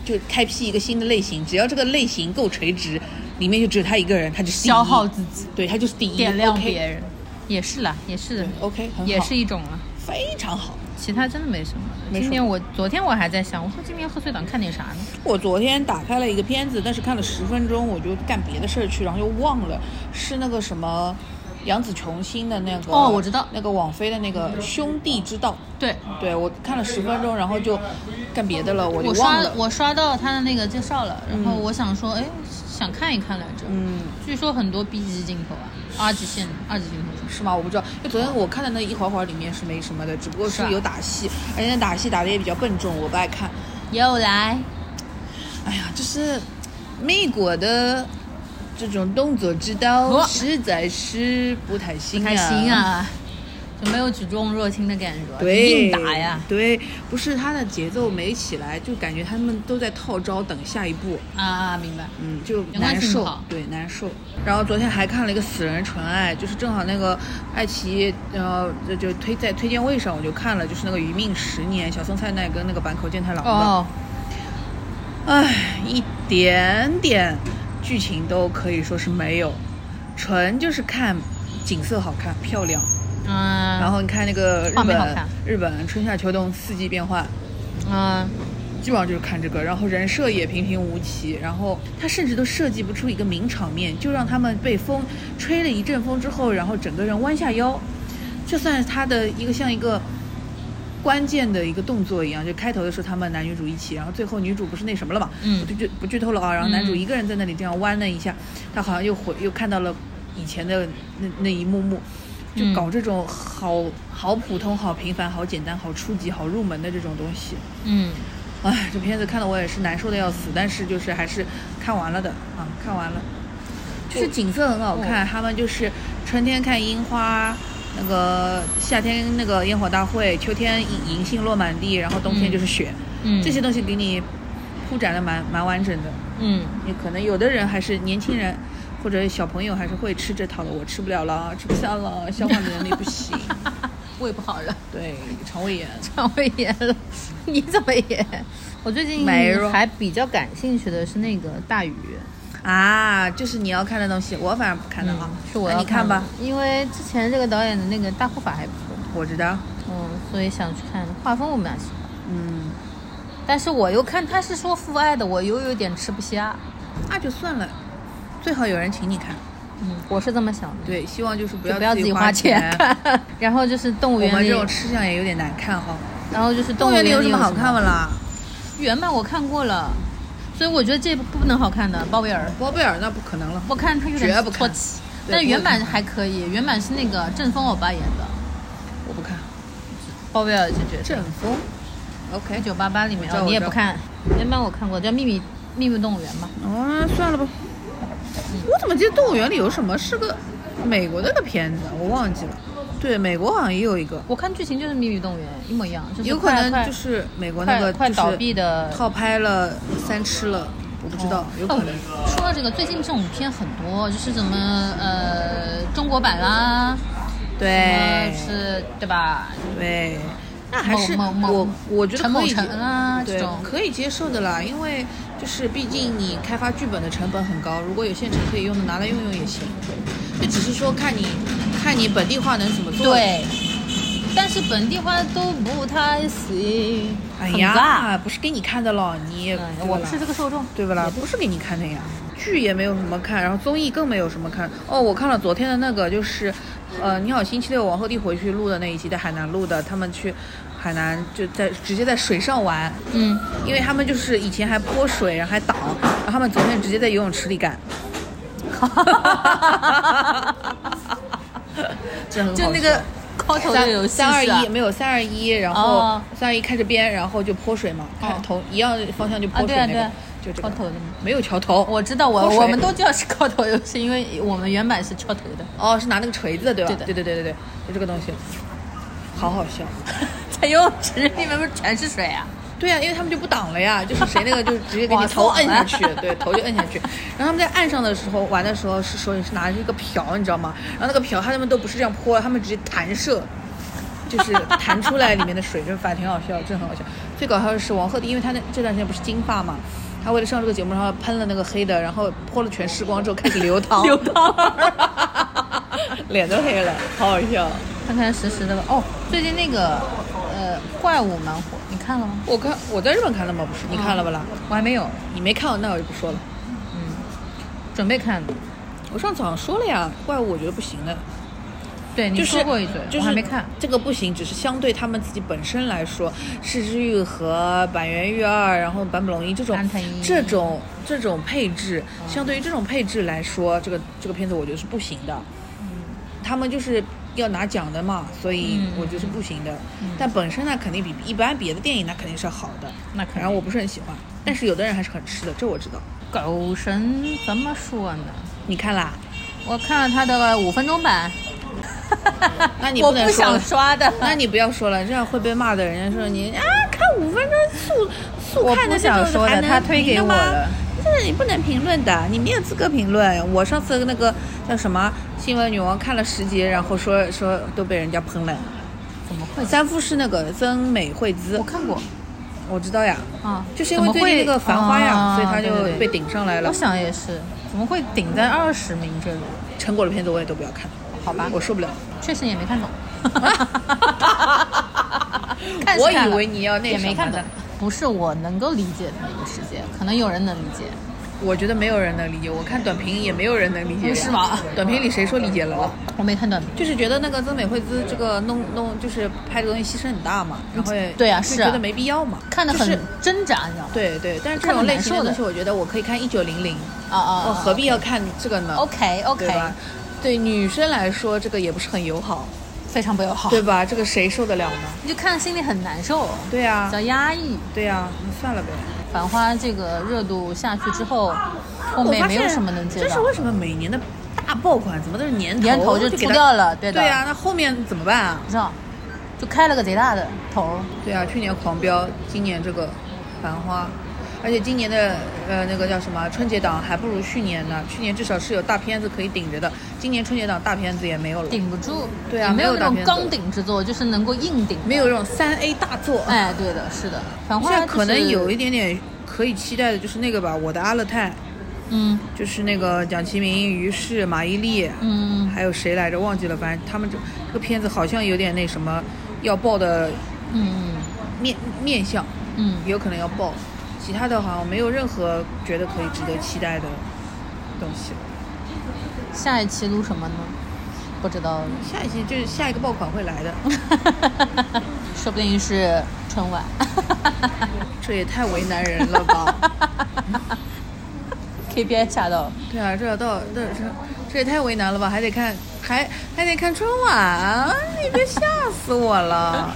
B: 就开辟一个新的类型，只要这个类型够垂直，里面就只有他一个人，他就是第一
A: 消耗自己，
B: 对他就是第一，
A: 点亮
B: OK
A: 别人也是啦，也是的，
B: ，OK，很好
A: 也是一种啊了。
B: 非常好。
A: 其他真的没什么。
B: 没什么
A: 今年我昨天我还在想，我说今年贺岁档看点啥呢？
B: 我昨天打开了一个片子，但是看了十分钟，我就干别的事儿去，然后又忘了，是那个什么杨紫琼新的那个
A: 哦我知道
B: 那个网飞的那个《兄弟之道
A: 对，》，
B: 对我看了十分钟，然后就干别的了，我就
A: 我
B: 忘
A: 刷
B: 了。
A: 我刷到他的那个介绍了，然后我想说，哎、想看一看来着。
B: 嗯，
A: 据说很多 B 级镜头啊，R 级线、二级镜头什么。
B: 是吗？我不知道，就昨天我看的那一会儿会儿里面是没什么的，只不过
A: 是啊
B: 是
A: 吧
B: 有打戏，而且那打戏打的也比较笨重，我不爱看。
A: 又来，
B: 哎呀，就是美国的这种动作之
A: 哦
B: 道实在是不太行、
A: 不
B: 啊，
A: 太行啊，就没有举重若轻的感觉，
B: 对，
A: 硬打呀。
B: 对，不是他的节奏没起来，就感觉他们都在套招等下一步，
A: 啊，明白。
B: 嗯，就
A: 阳光
B: 难
A: 挺
B: 受
A: 好，
B: 对，难受。然后昨天还看了一个《死人纯爱》，就是正好那个爱奇艺，呃，就就推在推荐位上我就看了，就是那个《余命十年》，小松菜奈跟那个坂口健太郎的，
A: 哦，
B: 唉，一点点剧情都可以说是没有，纯就是看景色好看漂亮，
A: 嗯，
B: 然后你看那个日
A: 画面好
B: 本
A: 看
B: 日本春夏秋冬四季变换。
A: 嗯，
B: 基本上就是看这个，然后人设也平平无奇，然后他甚至都设计不出一个名场面，就让他们被风吹了一阵风之后，然后整个人弯下腰，这算是他的一个像一个关键的一个动作一样。就开头的时候，他们男女主一起，然后最后女主不是那什么了嘛，
A: 嗯
B: 不剧不剧透了啊，然后男主一个人在那里这样弯了一下，他好像又回又看到了以前的那那一幕幕。就
A: 嗯
B: 搞这种好好普通、好平凡、好简单、好初级、好入门的这种东西，
A: 嗯，
B: 哎，这片子看的我也是难受的要死，但是就是还是看完了的啊，看完了，就是景色很好
A: 哦
B: 看，他们就是春天看樱花，那个夏天那个烟火大会，秋天银银杏落满地，然后冬天就是雪，
A: 嗯
B: 这些东西给你铺展的蛮蛮完整的。
A: 嗯， (laughs)
B: 也可能有的人还是年轻人或者小朋友还是会吃这套的，我吃不了了，吃不下了，消化能力不行，
A: (laughs) 胃不好了，
B: 对，肠胃炎。
A: (laughs) 肠胃炎了，你怎么也？我最近
B: 没肉
A: 还比较感兴趣的是那个大鱼，
B: 啊，就是你要看的东西，我反正不看的啊，
A: 嗯是我
B: 那
A: 要
B: 你看吧，
A: 的，因为之前这个导演的那个《大护法》还不错，
B: 我知道，
A: 嗯，所以想去看。画风我蛮喜欢，
B: 嗯，
A: 但是我又看他是说父爱的，我又有点吃不下。
B: 那就算了，最好有人请你看，
A: 嗯，我是这么想的。
B: 对，希望就是不
A: 就
B: 要
A: 不要
B: 自
A: 自己
B: 花
A: 花钱。 (laughs) 然后就是动
B: (laughs) 我
A: 物园
B: 们
A: 里
B: 这，种吃相也有点难看哈、
A: 然后就是动
B: 动物
A: 物
B: 园里
A: 里
B: 有什么好看
A: 的
B: 的？啦？
A: 原版我看过了，所以我觉得这部不能好看的。鲍威尔，
B: 包贝尔那不可能了，
A: 我看他有
B: 绝
A: 点
B: 不
A: 脱
B: 看
A: 气，
B: 对
A: 但
B: 不
A: 原
B: 会
A: 版
B: 看
A: 还可以，原版是那个郑峰欧巴演的，
B: 我不看。
A: 鲍威尔就觉得。
B: 阵风
A: 一
B: ，OK，
A: 九八八里面
B: 我知
A: 哦，
B: 道
A: 你也
B: 我知道
A: 不看，原版我看过，叫《秘密秘密动物园》嘛。
B: 啊，算了吧。我怎么记得动物园里有什么是个美国的个片子，我忘记了。对，美国好像也有一个，
A: 我看剧情就是《秘密动物园》一模一样，就是
B: 有可
A: 快
B: 能
A: 快
B: 就是美国那个
A: 快快
B: 就是
A: 倒闭的
B: 套拍了三吃了，我不知道，有可能。
A: 哦说到这个，最近这种片很多，就是什么呃中国版啦，
B: 对
A: 什么是，对吧？
B: 对，那还是
A: 某某
B: 我我觉得
A: 陈某
B: 可以
A: 陈啊
B: 对
A: 这种
B: 可以接受的啦，因为就是毕竟你开发剧本的成本很高，如果有现成可以用的拿来用用也行，就只是说看你看你本地化能怎么做。，
A: 对，但是本地化都不太行，
B: 哎
A: 很尬。
B: 呀，不是给你看的咯，你也
A: 嗯，
B: 对
A: 我
B: 吧
A: 不是这个
B: (laughs)
A: 受众， (laughs)
B: 对不啦？不是给你看的呀，剧也没有什么看，然后综艺更没有什么看。哦，我看了昨天的那个，就是，呃，你好星期六王鹤棣回去录的那一集，在海南录的，他们去海南就在直接在水上玩，
A: 嗯，
B: 因为他们就是以前还泼水，然后还倒，然后他们昨天直接在游泳池里干。真很好
A: 就那个
B: 笑
A: 抛头的游
B: 三
A: 戏
B: 三二
A: 是吧
B: 一没有三二一，然后
A: 哦
B: 三二一开着边，然后就泼水嘛，看
A: 哦
B: 同一样的方向就泼
A: 啊
B: 水
A: 对啊
B: 那
A: 对
B: 个
A: 啊，
B: 就这个
A: 抛头的吗
B: 没有桥头，
A: 我知道我
B: 泼水
A: 我们都叫是靠头游戏，因为我们原版是敲头
B: (laughs)
A: 的，
B: 哦是拿那个锤子对吧？
A: 对的
B: 对对对对对，就这个东西，好好笑。
A: 在游泳池里面不是全是水啊？
B: 对啊，因为他们就不挡了呀，就是谁那个就直接给你
A: 哇
B: 头摁下去
A: 爽，啊
B: 对，头就摁下去。然后他们在岸上的时候玩的时候是手里是拿着一个瓢，你知道吗？然后那个瓢他们都不是这样泼，他们直接弹射，就是弹出来里面的水，就反正挺好笑，真的很好笑。最搞笑的是王鹤棣，因为他那这段时间不是金发嘛，他为了上这个节目，然后喷了那个黑的，然后泼了全湿光之后开始流汤，
A: 流汤，
B: (laughs) 脸都黑了，好好笑。
A: 看看实时的吧。哦，最近那个呃怪物蛮火，你看了吗？嗯
B: 我看我在日本看的嘛，不是你看了不啦？
A: 我还没有，嗯
B: 你没看，那我就不说了。
A: 准备看的。
B: 我上次好像说了呀，怪物我觉得不行的。
A: 对，你
B: 就
A: 说
B: 是
A: 过一嘴，
B: 就是
A: 我还没看。
B: 这个不行，只是相对他们自己本身来说，是之愈和板垣裕二，然后坂本龙一这种
A: 安藤哦樱
B: 这种这种配置，相对于这种配置来说，这个这个片子我觉得是不行的。
A: 嗯
B: 他们就是要拿奖的嘛，所以
A: 嗯
B: 我觉得是不行的。但本身那肯定比一般别的电影那肯定是好的，
A: 那肯定
B: 然后我不是很喜欢，但是有的人还是很吃的，这我知道。
A: 狗神怎么说呢？
B: 你看啦，
A: 我看了他的五分钟版，
B: (laughs) 那你
A: 我
B: 不能
A: 不
B: 说
A: 想
B: 了
A: 刷的。
B: (laughs) 那你不要说了，这样会被骂的。人家说你啊，看五分钟速速
A: 我
B: 看的
A: 不想
B: 这种
A: 说的
B: 还能
A: 他推给我了
B: 评论吗。这你不能评论的，你没有资格评论。我上次那个叫什么新闻女王看了十集，然后说说都被人家喷了。
A: 怎么会？
B: (laughs) 三夫是那个曾美惠子，
A: 我看过
B: 我知道呀，
A: 啊，
B: 就是因为最近那个《繁花》呀，
A: 啊
B: 所以他
A: 对对
B: 就
A: 对
B: 被顶上来了。
A: 我想也是，怎么会顶在二十名这里？
B: 陈果的片子我也都不要看，
A: 好吧
B: 我受不了。。
A: 确实也没看懂
B: (laughs)
A: 看是
B: 我
A: 看
B: 以
A: 了
B: 为你要那
A: 也
B: 什么
A: 没看懂
B: 的。
A: 不是我能够理解的那个世界，可能有人能理解。
B: 我觉得没有人能理解，我看短评也没有人能理解，
A: 嗯是吗？
B: 短评里谁说理解了了？
A: 我没看短评，
B: 哦就是觉得那个曾美惠子这个弄弄，就是拍这个东西牺牲很大嘛，然后也
A: 对啊
B: 就是
A: 啊
B: 觉得没必要嘛，
A: 看得
B: 就是
A: 很挣扎，你知道吗？
B: 对对，但是这
A: 看得
B: 种类
A: 难
B: 型
A: 受
B: 的
A: 的
B: 东西，我觉得我可以看一九零零，
A: 啊啊
B: 我哦何必要看这个呢？
A: ？OK
B: 对
A: OK，
B: 吧？对女生来说，这个也不是很友好，
A: 非常不友好，
B: 对吧？这个谁受得了呢？
A: 你就看着心里很难受，
B: 对
A: 比
B: 啊
A: 较，压抑。
B: 对啊，嗯算了呗。
A: 《繁花》这个热度下去之后，后
B: 我
A: 面
B: 发
A: 没有
B: 现
A: 什么能接
B: 这是
A: 到，
B: 为什么每年的大爆款怎么都是年头
A: 年头
B: 就
A: 就
B: 给
A: 出
B: 它
A: 掉了，对的，
B: 对啊，那后面怎么办啊？
A: 不知道，就开了个贼大的头儿。
B: 对啊，去年狂飙，今年这个繁花，而且今年的呃那个叫什么春节档还不如去年呢，去年至少是有大片子可以顶着的，今年春节档大片子也没有了，
A: 顶不住，
B: 对啊
A: 也没有
B: 没
A: 那
B: 有大
A: 种
B: 片子
A: 钢顶之作，就是能够硬顶。
B: 没有这种三 A 大作。
A: 哎，对的，是的，反
B: 现
A: 话
B: 在可能有一，点点可以期待的就是那个吧，我的阿勒泰，
A: 嗯
B: 就是那个蒋奇明、于适、马伊琍，
A: 嗯，
B: 还有谁来着忘记了，反正他们这这个片子好像有点那什么要爆的
A: 嗯
B: 面面相，
A: 嗯，
B: 也有可能要爆。其他的好像没有任何觉得可以值得期待的东西。
A: 下一期录什么呢？不知道，
B: 下一期就是下一个爆款会来的，
A: (laughs)
B: (laughs)
A: 说不定是春晚。
B: 这也太为难人了
A: (laughs)
B: 吧？
A: KPI 恰到，
B: 对啊，这到这这这也太为难了吧？还得看还还得看春晚，你别吓死我
A: (laughs)
B: 了。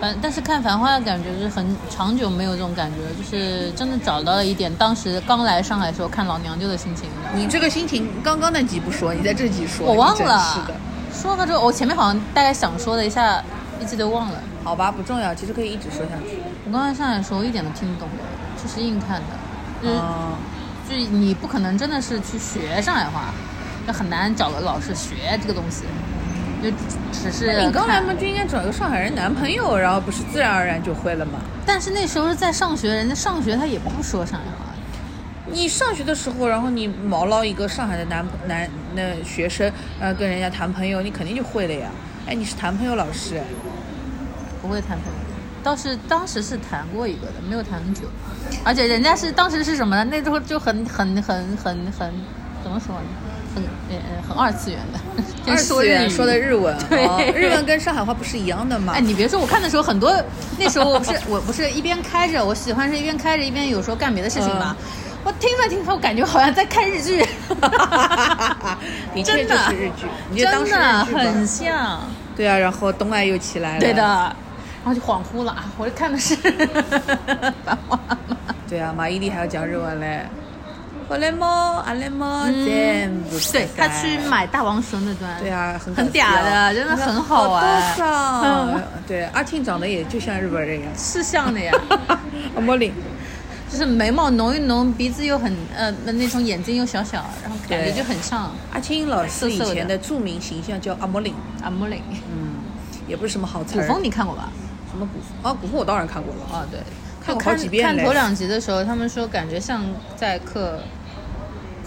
A: 反但是看《繁花》的感觉就是很长久没有这种感觉，就是真的找到了一点当时刚来上海的时候看《老娘舅》的心情。
B: 你这个心情，刚刚那集不说，你在这集说，
A: 我忘
B: 你真
A: 了，
B: 是的，
A: 说到这，我前面好像大概想说的一下，一记都忘了。
B: 好吧，不重要，其实可以一直说下去。
A: 我刚才上来的时候一点都听不懂的，就是硬看的，就是、
B: 嗯，
A: 就是你不可能真的是去学上海话，就很难找个老师学这个东西，就只是
B: 那你刚来
A: 啊看
B: 嘛，就应该找一个上海人男朋友，然后不是自然而然就会了吗？
A: 但是那时候是在上学，人家上学他也不说上海话，
B: 你上学的时候，然后你毛捞一个上海的男男那学生，呃，跟人家谈朋友，你肯定就会了呀。哎，你是谈朋友老师，
A: 不会谈朋友。倒是当时是谈过一个的，没有谈很久，而且人家是当时是什么呢？那时候就很很很很很怎么说呢？很呃很二次元的， (laughs)
B: 二
A: 跟说
B: 次
A: 日
B: 元
A: 语
B: 说的日文，
A: (laughs) 对
B: 哦日文跟上海话不是一样的吗？
A: 哎，你别说，我看的时候很多，那时候我不是我不是一边开着，我喜欢是一边开着一边有时候干别的事情嘛。
B: 嗯
A: 我听着听着，我感觉好像在看日
B: (laughs)
A: 剧，
B: 的确
A: 真
B: 就
A: 的
B: 是日剧，你就当
A: 真
B: 是
A: 的
B: 日剧哎
A: 很
B: 吧。
A: 像，
B: 对啊，然后东爱又起来了。
A: 对的。，然后就恍惚了啊，我看的
B: (laughs)
A: 是繁花吗？
B: 对啊，马伊琍还要讲日文嘞。我嘞猫，阿嘞猫，全
A: 嗯
B: 部，
A: 对他去买大王蛇那段，
B: 对啊，很
A: 很
B: 可惜啊
A: 嗲的，真的很好玩，
B: 多少
A: 嗯？
B: 对，阿庆长得也就像日本人一
A: (laughs)
B: 样。哦
A: 是像的呀，
B: 我没领，
A: 就是眉毛浓一浓，鼻子又很呃那种眼睛又小小，然后感觉
B: 对
A: 就很像
B: 阿青老师以
A: 瘦瘦的
B: 前的著名形象叫阿莫林，
A: 阿莫林。
B: 嗯，也不是什么好词
A: 古
B: 儿。
A: 风你看过吧？
B: 什么古风？啊，古风我当然看过了啊。
A: 哦，对，就
B: 看过
A: 看
B: 好几遍嘞
A: 看头两集的时候，他们说感觉像在刻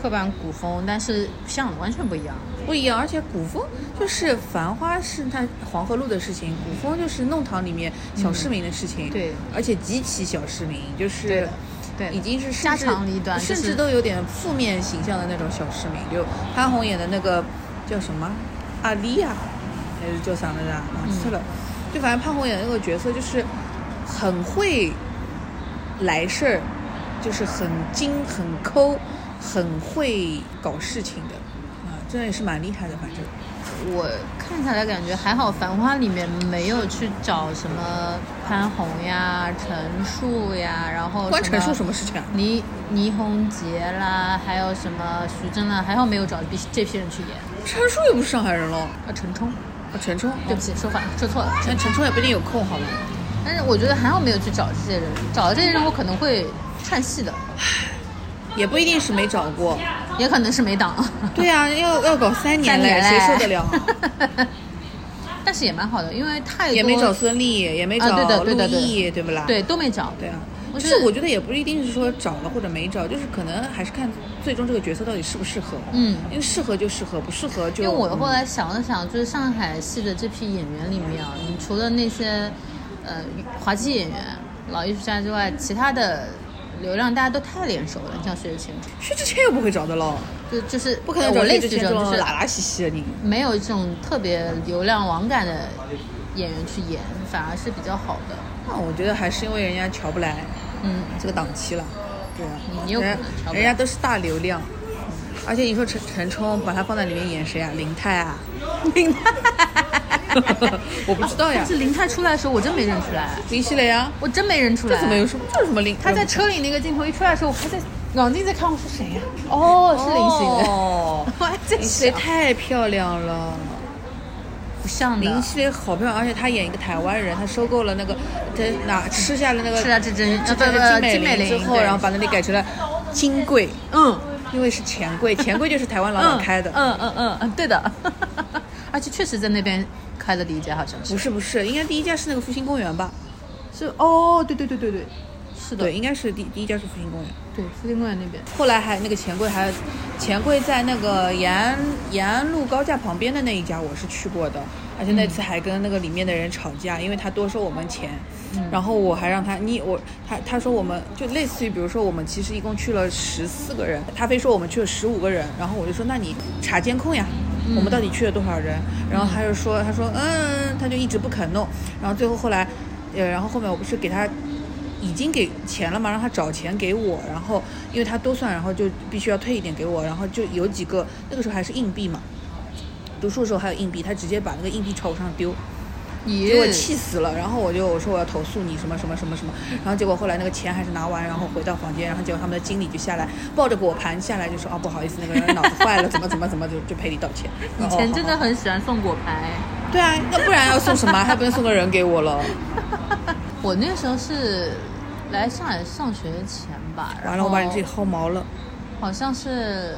A: 刻板古风，但是不像，完全不一样。
B: 不一样，而且古风就是《繁花》是它黄河路的事情，古风就是弄堂里面小市民的事情。
A: 嗯对，
B: 而且极其小市民，就是
A: 的对，
B: 已经是甚
A: 家
B: 至
A: 长里短，
B: 甚
A: 就
B: 至
A: 是
B: 都有点负面形象的那种小市民。就潘虹演的那个叫什么阿丽亚，还是叫啥来着？忘记了。就反正潘虹演的那个角色就是很会来事儿，就是很精、很抠、很会搞事情的啊，这也是蛮厉害的。反正
A: 我看下来感觉还好，《繁花》里面没有去找什么潘虹呀、陈数呀，然后
B: 关陈述什
A: 么
B: 么事情啊？
A: 倪倪虹洁啦，还有什么徐峥啦，还好没有找这这批人去演。
B: 陈述又不是上海人喽，
A: 啊，陈冲，
B: 啊，陈冲，
A: 对不起，说反了，说错了。
B: 但陈冲也不一定有空，好吗？
A: 但是我觉得还好没有去找这些人，找这些人我可能会串戏的，
B: 也不一定是没找过。
A: 也可能是没档，
B: 对啊，要要搞三年
A: 三
B: 嘞，
A: 年嘞
B: 谁受得了
A: (laughs)
B: 啊？
A: 但是也蛮好的，因为太多
B: 也没找孙俪，也没
A: 啊
B: 找
A: 对的
B: 陆
A: 对的对的
B: 毅，对不啦？
A: 对都没找，
B: 对啊。
A: 我
B: 其
A: 觉
B: 实
A: 得
B: 我觉得也不一定是说找了或者没找，就是可能还是看最终这个角色到底适不适合。
A: 嗯
B: 因为适合就适合，不适合就。嗯
A: 因为我后来想了想，就是上海戏的这批演员里面啊，你除了那些呃滑稽演员，老艺术家之外，其他的流量大家都太脸熟了，你像薛之谦，
B: 薛之谦又不会找得到，
A: 就就是呃
B: 不可能
A: 我
B: 找薛
A: 类
B: 之
A: 似于
B: 谦
A: 这种，就是
B: 拉拉稀稀的人。
A: 没有这种特别流量网感的演员去演，反而是比较好的。
B: 那我觉得还是因为人家瞧不来
A: 嗯，
B: 这个档期了，对吧？
A: 你有可能
B: 人家
A: 瞧不来嗯
B: 人家都是大流量，而且你说陈陈冲把他放在里面演谁啊？林泰
A: (laughs)
B: 啊？
A: 林泰，
B: 我不知道呀
A: 但，是啊林泰出来的时候，我真没认出来，
B: 林熙蕾啊，
A: 我真没认出
B: 这
A: 来。
B: 怎么有什么？这有什么林？呃
A: 他在车里那个镜头一出来的时候，我还在冷静在看，我说谁呀、哦，是林熙蕾。
B: 哦，
A: 我还在
B: (laughs) 林熙蕾
A: 想，
B: 太漂亮了。
A: 不像的
B: 林。熙蕾好漂亮，而且她演一个台湾人，她收购了那个，她拿吃下了那个
A: 是啊，这真是
B: 吃
A: 不
B: 下
A: 不
B: 了
A: 金
B: 金
A: 美
B: 美
A: 玲
B: 玲之后，
A: 对
B: 然后把那里改成了金贵，
A: 嗯
B: 因为是钱
A: (laughs)
B: 柜，钱柜就是台湾老
A: 嗯
B: 板开的。
A: 嗯嗯嗯嗯，对的。 (laughs) 而且确实在那边开的第一家，好像是
B: 不是不是，应该第一家是那个复兴公园吧？
A: 是哦，对对对对对，是的，
B: 对，应该是第第一家是复兴公园。
A: 对，复兴公园那边。
B: 后来还那个钱柜还，钱柜在那个延安延安路高架旁边的那一家我是去过的，而且那次还跟那个里面的人吵架，因为他多收我们钱，然后我还让他你我他他说我们就类似于比如说我们其实一共去了十四个人，他非说我们去了十五个人，然后我就说那你查监控呀。我们到底去了多少人？然后他就说，他说，嗯，他就一直不肯弄。然后最后后来，呃，然后后面我不是给他已经给钱了嘛，让他找钱给我，然后因为他多算，然后就必须要退一点给我，然后就有几个那个时候还是硬币嘛，读书的时候还有硬币，他直接把那个硬币朝我上丢，
A: 咦
B: 给我气死了。然后我就我说我要投诉你什么什么什么什么，然后结果后来那个钱还是拿完，然后回到房间，然后结果他们的经理就下来抱着果盘下来就说啊不好意思，那个人脑子坏了，怎么怎么怎么就就赔礼道歉。
A: 以前真
B: 哦
A: 的
B: 好好
A: 很喜欢送果盘。
B: 对啊，那不然要送什么？还不能送个人给我了？
A: 我那时候是来上海上学前吧，然后
B: 完了，我把你自己薅毛了。
A: 好像是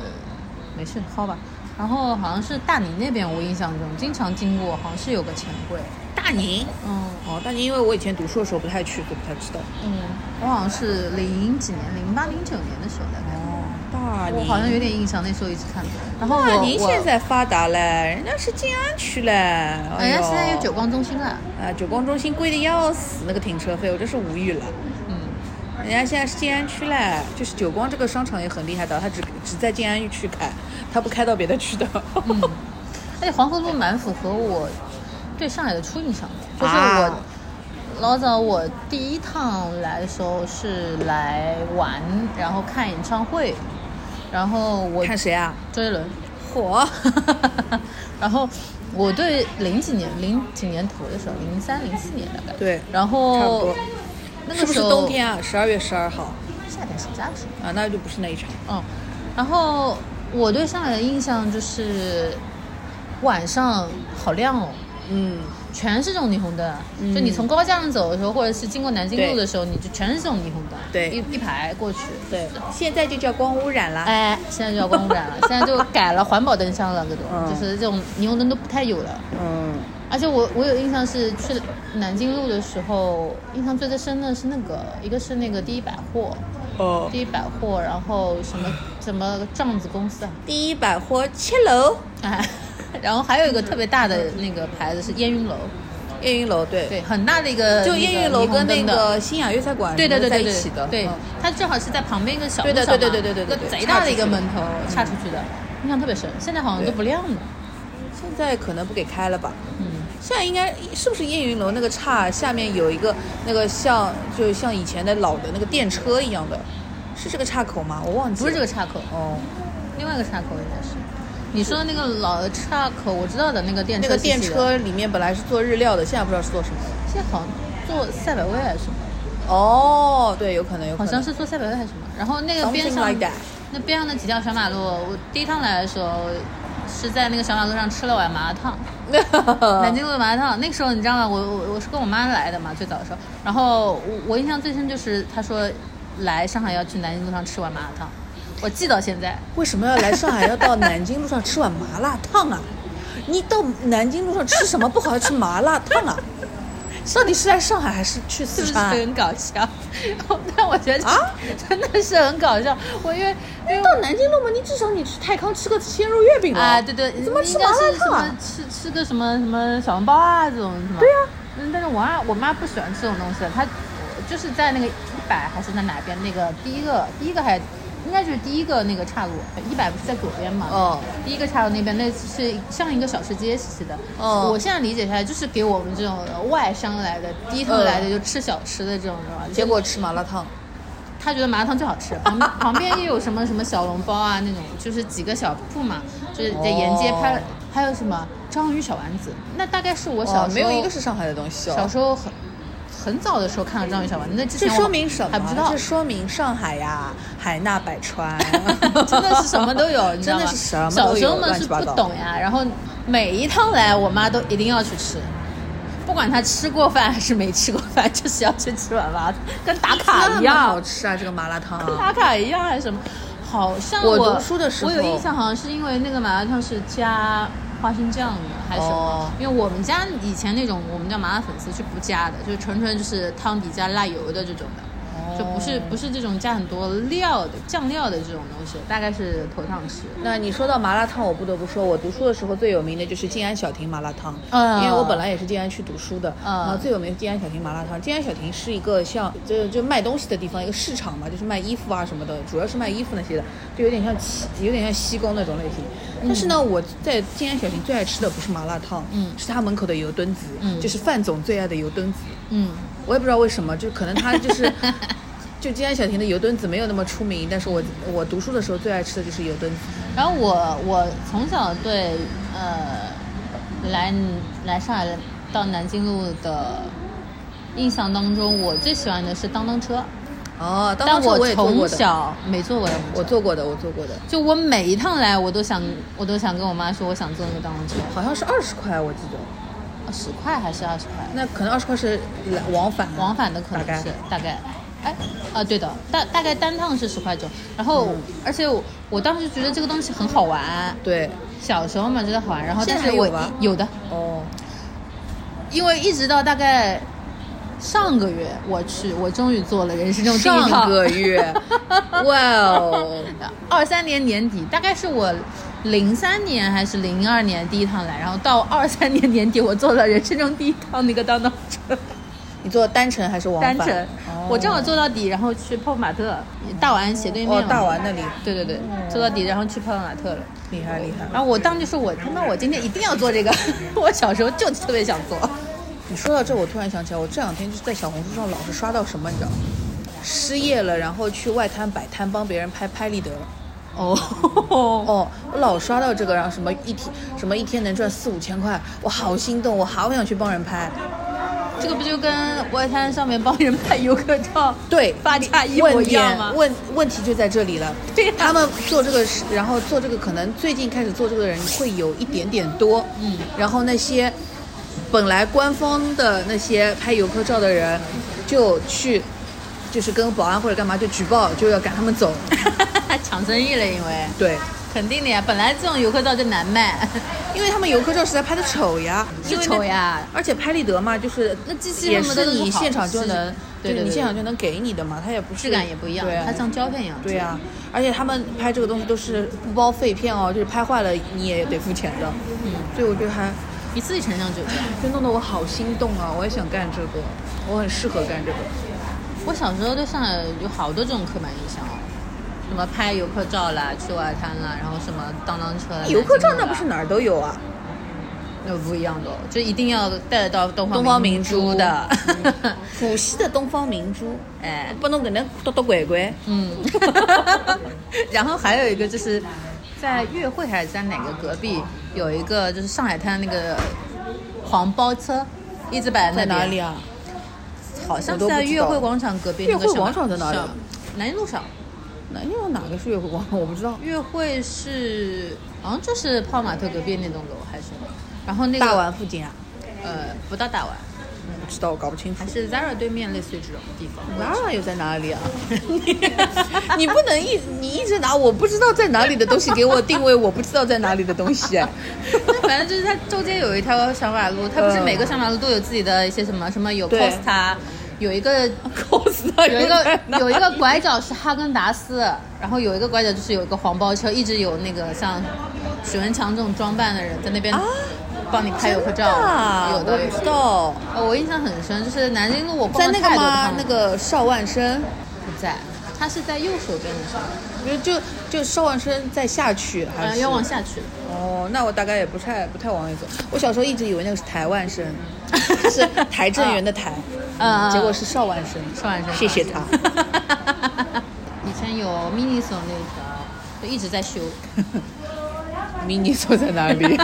A: 没事薅吧。然后好像是大理那边，我印象中经常经过，好像是有个钱柜。
B: 大宁。
A: 嗯
B: 哦，但是因为我以前读书的时候不太去，所以不太知道。
A: 嗯，我好像是零几年，零八零九年的时候大概。
B: 哦，大
A: 我
B: 宁，
A: 好像有点印象，那时候一直看。然后
B: 大
A: 我
B: 宁
A: 我
B: 现在发达嘞，人家是静安区嘞，哎
A: 人
B: 呦
A: 家现在有九光中心了。
B: 啊，九光中心贵的要死，那个停车费我真是无语了。
A: 嗯，
B: 人家现在是静安区嘞，就是九光这个商场也很厉害的，它只只在静安区开，它不开到别的区的。
A: 嗯而且哎黄河路蛮符合我对上海的初印象的，就是我、
B: 啊
A: 老早我第一趟来的时候是来玩，然后看演唱会，然后我
B: (laughs) 看谁啊？
A: 周杰伦，
B: 火，
A: (laughs) 然后我对零几年零几年头的时候，零三零四年大概，
B: 对
A: 然
B: 差不
A: 后
B: 多
A: 那
B: 是
A: 个时
B: 不是
A: 候
B: 冬天啊？十二月十二号
A: 夏天暑假的时候。
B: 啊，那就不是那一场。
A: 嗯，然后我对上海的印象就是晚上好亮哦，
B: 嗯，
A: 全是这种霓虹灯。就你从高架上走的时候，或者是经过南京路的时候，你就全是这种霓虹灯，
B: 对
A: 一一排过去。
B: 对，现在就叫光污染啦。
A: 哎，现在就要光污染了，现在就改了环保灯箱了，各种、
B: 嗯
A: 就是这种霓虹灯都不太有了。
B: 嗯，
A: 而且我我有印象是去南京路的时候，印象最最深的是那个，一个是那个第一百货，
B: 哦，
A: 第一百货，然后什么什么帐子公司啊， (laughs)
B: 第一百货七楼，
A: 哎，然后还有一个特别大的那个牌子是烟云楼，
B: 燕云楼对，
A: 对，很大的一个，
B: 就
A: 那个
B: 燕云楼跟那
A: 霓虹灯的。
B: 个新雅粤菜馆
A: 对对对
B: 在
A: 对
B: 一
A: 对，
B: 起的，
A: 对
B: 嗯，
A: 它正好是在旁边一个小路
B: 对的
A: 上嘛
B: 对对对对对对
A: 一个
B: 对
A: 贼大的一个
B: 岔出去
A: 门头岔出去的，印象特别深。现在好像都
B: 嗯对
A: 不亮了，
B: 现在可能不给开了吧。
A: 嗯，
B: 现在应该是不是燕云楼那个岔下面有一个那个像就像以前的老的那个电车一样的，是这个岔口吗？我忘记了。
A: 不是这个岔口，
B: 哦，
A: 另外一个岔口应该是。你说的那个老的岔口，我知道的那个电
B: 那
A: 车，
B: 个电，车里面本来是做日料的，现在不知道是做什么了。
A: 现在好像做赛百味还是什么，
B: 哦，对，有可能有可
A: 好
B: 能。 (laughs)
A: 像是做赛百味还是什么。然后那个边
B: Something
A: 上
B: like that，
A: 那边上那几条小马路，我第一趟来的时候是在那个小马路上吃了碗麻辣烫，
B: 嗯
A: 南京路的麻辣烫。那个时候你知道吗？我我我是跟我妈来的嘛，最早的时候。然后我我印象最深就是她说来上海要去南京路上吃碗麻辣烫，我记到现在。
B: 为什么要来上海要到南京路上吃碗麻辣烫啊？你到南京路上吃什么不好，要吃麻辣烫啊？到底是在上海还是去
A: 是
B: 四
A: 不是
B: 川啊？
A: 很搞笑？ (laughs) 但我觉得
B: 啊
A: 真的是很搞笑。我因为因为
B: 到南京路嘛，你至少你去泰康吃个鲜肉月饼吧
A: 啊，对对，
B: 怎么吃
A: 应该
B: 麻辣
A: 是什
B: 烫
A: 么
B: 啊？
A: 吃吃个什么什么小笼包啊这种是吗？
B: 对呀
A: 嗯但是我妈我妈不喜欢吃这种东西，她就是在那个一百还是在哪边那个第一个第一个还应该就是第一个那个岔路，一百不是在左边嘛？
B: 哦，
A: 第一个岔路那边那是像一个小吃街似的。
B: 哦
A: 我现在理解下来就是给我们这种外商来的低头来的就吃小吃的这种人啊，
B: 嗯结果吃麻辣烫，
A: 他觉得麻辣烫最好吃，旁
B: (laughs)
A: 旁边也有什么什么小笼包啊那种，就是几个小铺嘛，就是在沿街拍了，
B: 哦
A: 还有什么章鱼小丸子，那大概是我小时候、
B: 哦没有一个是上海的东西哦。
A: 小时候很很早的时候看到章鱼小丸子，那之
B: 这
A: 前我
B: 说明什么？啊
A: 还不知道，
B: 这，说明上海呀，海纳百川
A: (laughs) 真的是什么都有，你知道吗？
B: (laughs) 真的是什么
A: 小
B: 都有
A: 时候们
B: 乱
A: 是
B: 七
A: 不
B: 八糟
A: 懂呀，然后每一趟来，我妈都一定要去吃。不管她吃过饭还是没吃过饭，就是要去吃碗麻辣烫，跟打卡一
B: 那么
A: 样
B: 好。吃啊！这个麻辣烫
A: 跟
B: 啊，
A: 打卡一样还是什么？好像
B: 我
A: 我
B: 读书的时候
A: 我有印象，好像是因为那个麻辣烫是加花生酱的还是什么？
B: 哦
A: 因为我们家以前那种我们叫麻辣粉丝是不加的，就是纯纯就是汤底加辣油的这种的。
B: 哦
A: 就不是不是这种加很多料的酱料的这种东西，大概是头上吃。
B: 那你说到麻辣烫，我不得不说，我读书的时候最有名的就是静安小亭麻辣烫，
A: 嗯
B: 因为我本来也是静安区读书的，
A: 嗯
B: 然后最有名是静安小亭麻辣烫。静安小亭是一个像就就卖东西的地方，一个市场嘛，就是卖衣服啊什么的，主要是卖衣服那些的，就有点像西有点像西宫那种类型。但是呢，我在静安小亭最爱吃的不是麻辣烫，
A: 嗯
B: 是他门口的油墩子，
A: 嗯
B: 就是范总最爱的油墩子。
A: 嗯，
B: 我也不知道为什么，就可能他就是，
A: (laughs)
B: 就静安小亭的油墩子没有那么出名，但是我我读书的时候最爱吃的就是油墩子。
A: 然后我我从小对呃来来上海的到南京路的印象当中，我最喜欢的是当当车。
B: 哦，
A: 但
B: 当当车
A: 我
B: 也坐
A: 从
B: 过的，
A: 小没坐过当
B: 我
A: 当车，
B: 坐过的，我坐过的，
A: 就我每一趟来，我都想，我都想跟我妈说，我想坐那个当当车，
B: 好像是二十块，我记得，
A: 十块还是二十块，
B: 那可能二十块是来往返啊，
A: 往返的可
B: 大
A: 能
B: 概
A: 是大概，哎，啊对的，大大概单趟是十块九，然后、而且我我当时觉得这个东西很好玩，
B: 对，
A: 小时候嘛觉得好玩，然后
B: 现
A: 但
B: 在
A: 是
B: 还
A: 我
B: 有吧
A: 一有的，
B: 哦，
A: 因为一直到大概上个月我去，我终于做了人生中第一
B: 上
A: 趟。
B: 个月，
A: (laughs)
B: 哇哦，
A: 二三年年底，大概是我零三年还是零二年第一趟来，然后到二三年年底，我坐了人生中第一趟那个当当车
B: 你坐单程还是往
A: 单
B: 返？
A: 程，
B: 哦
A: 我正好坐到底，然后去泡泡玛特，大丸斜对面
B: 哦
A: 嘛，
B: 大丸那里
A: 对对对，坐到底，然后去泡泡玛特了。
B: 厉害厉害，
A: 然后我当时就说我，他妈我今天一定要做这个，我小时候就特别想做。
B: 你说到这，我突然想起来，我这两天就是在小红书上老是刷到什么，你知道吗？失业了，然后去外滩摆摊帮别人拍拍立得。
A: 哦，
B: 哦，我老刷到这个，然后什么一天什么一天能赚四五千块，我好心动，我好想去帮人拍。
A: 这个不就跟外滩上面帮人拍游客照
B: 对，
A: 发价 (laughs) 一模
B: 问
A: 一样
B: 点
A: 吗？
B: 问问题就在这里了。
A: 对呀
B: 他们做这个是，然后做这个可能最近开始做这个的人会有一点点多，
A: 嗯，
B: 然后那些本来官方的那些拍游客照的人就去。就是跟保安或者干嘛就举报，就要赶他
A: (laughs)
B: 们走。
A: 抢生意了，因为
B: 对，
A: 肯定的呀，本来这种游客照就难卖，
B: 因为他们游客照实在拍的丑呀，
A: 是
B: 因为那
A: 丑呀。
B: 而且拍立得嘛，就是
A: 那机器
B: 也
A: 什么的
B: 是
A: 都
B: 你
A: 好
B: 现场就是能，
A: 对对
B: 就是你
A: 对
B: 现场就能给你的嘛，它也不是
A: 质感也不一样
B: 对，啊
A: 它像胶片一样。
B: 对呀、啊而且他们拍这个东西都是不包废片哦，就是拍坏了你也得付钱的。嗯，所以我觉得还
A: 一次乘上九折。
B: 就弄得我好心动啊！我也想干这个，我很适合干这个。
A: 我小时候对上海有好多这种刻板印象哦，什么拍游客照啦，去外滩啦，然后什么当当车啦。啊
B: 哎游客照
A: 南京路
B: 那
A: 啦
B: 不是哪儿都有啊？
A: 那不一样的哦，就一定要带得到东方
B: 哎东方明
A: 珠
B: 珠 (laughs)
A: 的。
B: 浦西的东方明珠，
A: 哎，
B: 不能给人多多拐拐。
A: 嗯，然后还有一个就是在月会还是在哪个隔壁有一个就是上海滩那个黄包车，一直摆
B: 在
A: 那
B: 哪
A: 边
B: 里？啊？
A: 好像是
B: 我都不
A: 在
B: 知
A: 月
B: 道
A: 汇广场隔壁
B: 月
A: 那个
B: 汇
A: 小
B: 广场在哪里
A: 小
B: 啊
A: 南京路上，
B: 南京有哪个是月光？ (laughs) 我不知道。
A: 月汇是好像就是泡玛特隔壁那栋楼还是什么？然后那个
B: 大丸附近啊？
A: 呃不到大碗，
B: 不嗯知道，我搞不清楚
A: 还。是 Zara 对面类似于这种地方。
B: Zara 又在哪里啊？ (laughs) 你不能一 (laughs) 你一直拿我不知道在哪里的东西给我定位，我不知道在哪里的东西。哎
A: (laughs) 反正就是它中间有一条小马路，它不是
B: 嗯
A: 每个小马路都有自己的一些什么什么有
B: 对
A: Costa，有一
B: (laughs)
A: 个
B: 告诉他
A: 有一个有一
B: (laughs)
A: 个
B: 拐，
A: 拐角是哈根达斯，然后有一个拐角就是有一个黄包车，一直有那个像许文强这种装扮的人在那边
B: 啊
A: 帮你拍有合照，有的
B: 我
A: 有
B: 不知
A: 的。
B: 道，
A: 哦，我印象很深，就是南京路我
B: 在
A: 逛了
B: 那个
A: 太多
B: 吗
A: 趟？
B: 那个邵万生，
A: 不在，它是在右手边的上面，
B: 就就就邵万生在下去
A: 好
B: 还
A: 像
B: 是
A: 呃要往下去。
B: 哦，那我大概也不太不太往里走。我小时候一直以为那个是台
A: (laughs)
B: 湾生，就是台政园的台，
A: 嗯嗯
B: 结果是邵万生。
A: 上半身。
B: 谢谢他。
A: (laughs) 以前有 Miniso 那一条，就一直在
B: (laughs)
A: 修。
B: 迷你坐在哪
A: (laughs)
B: 里？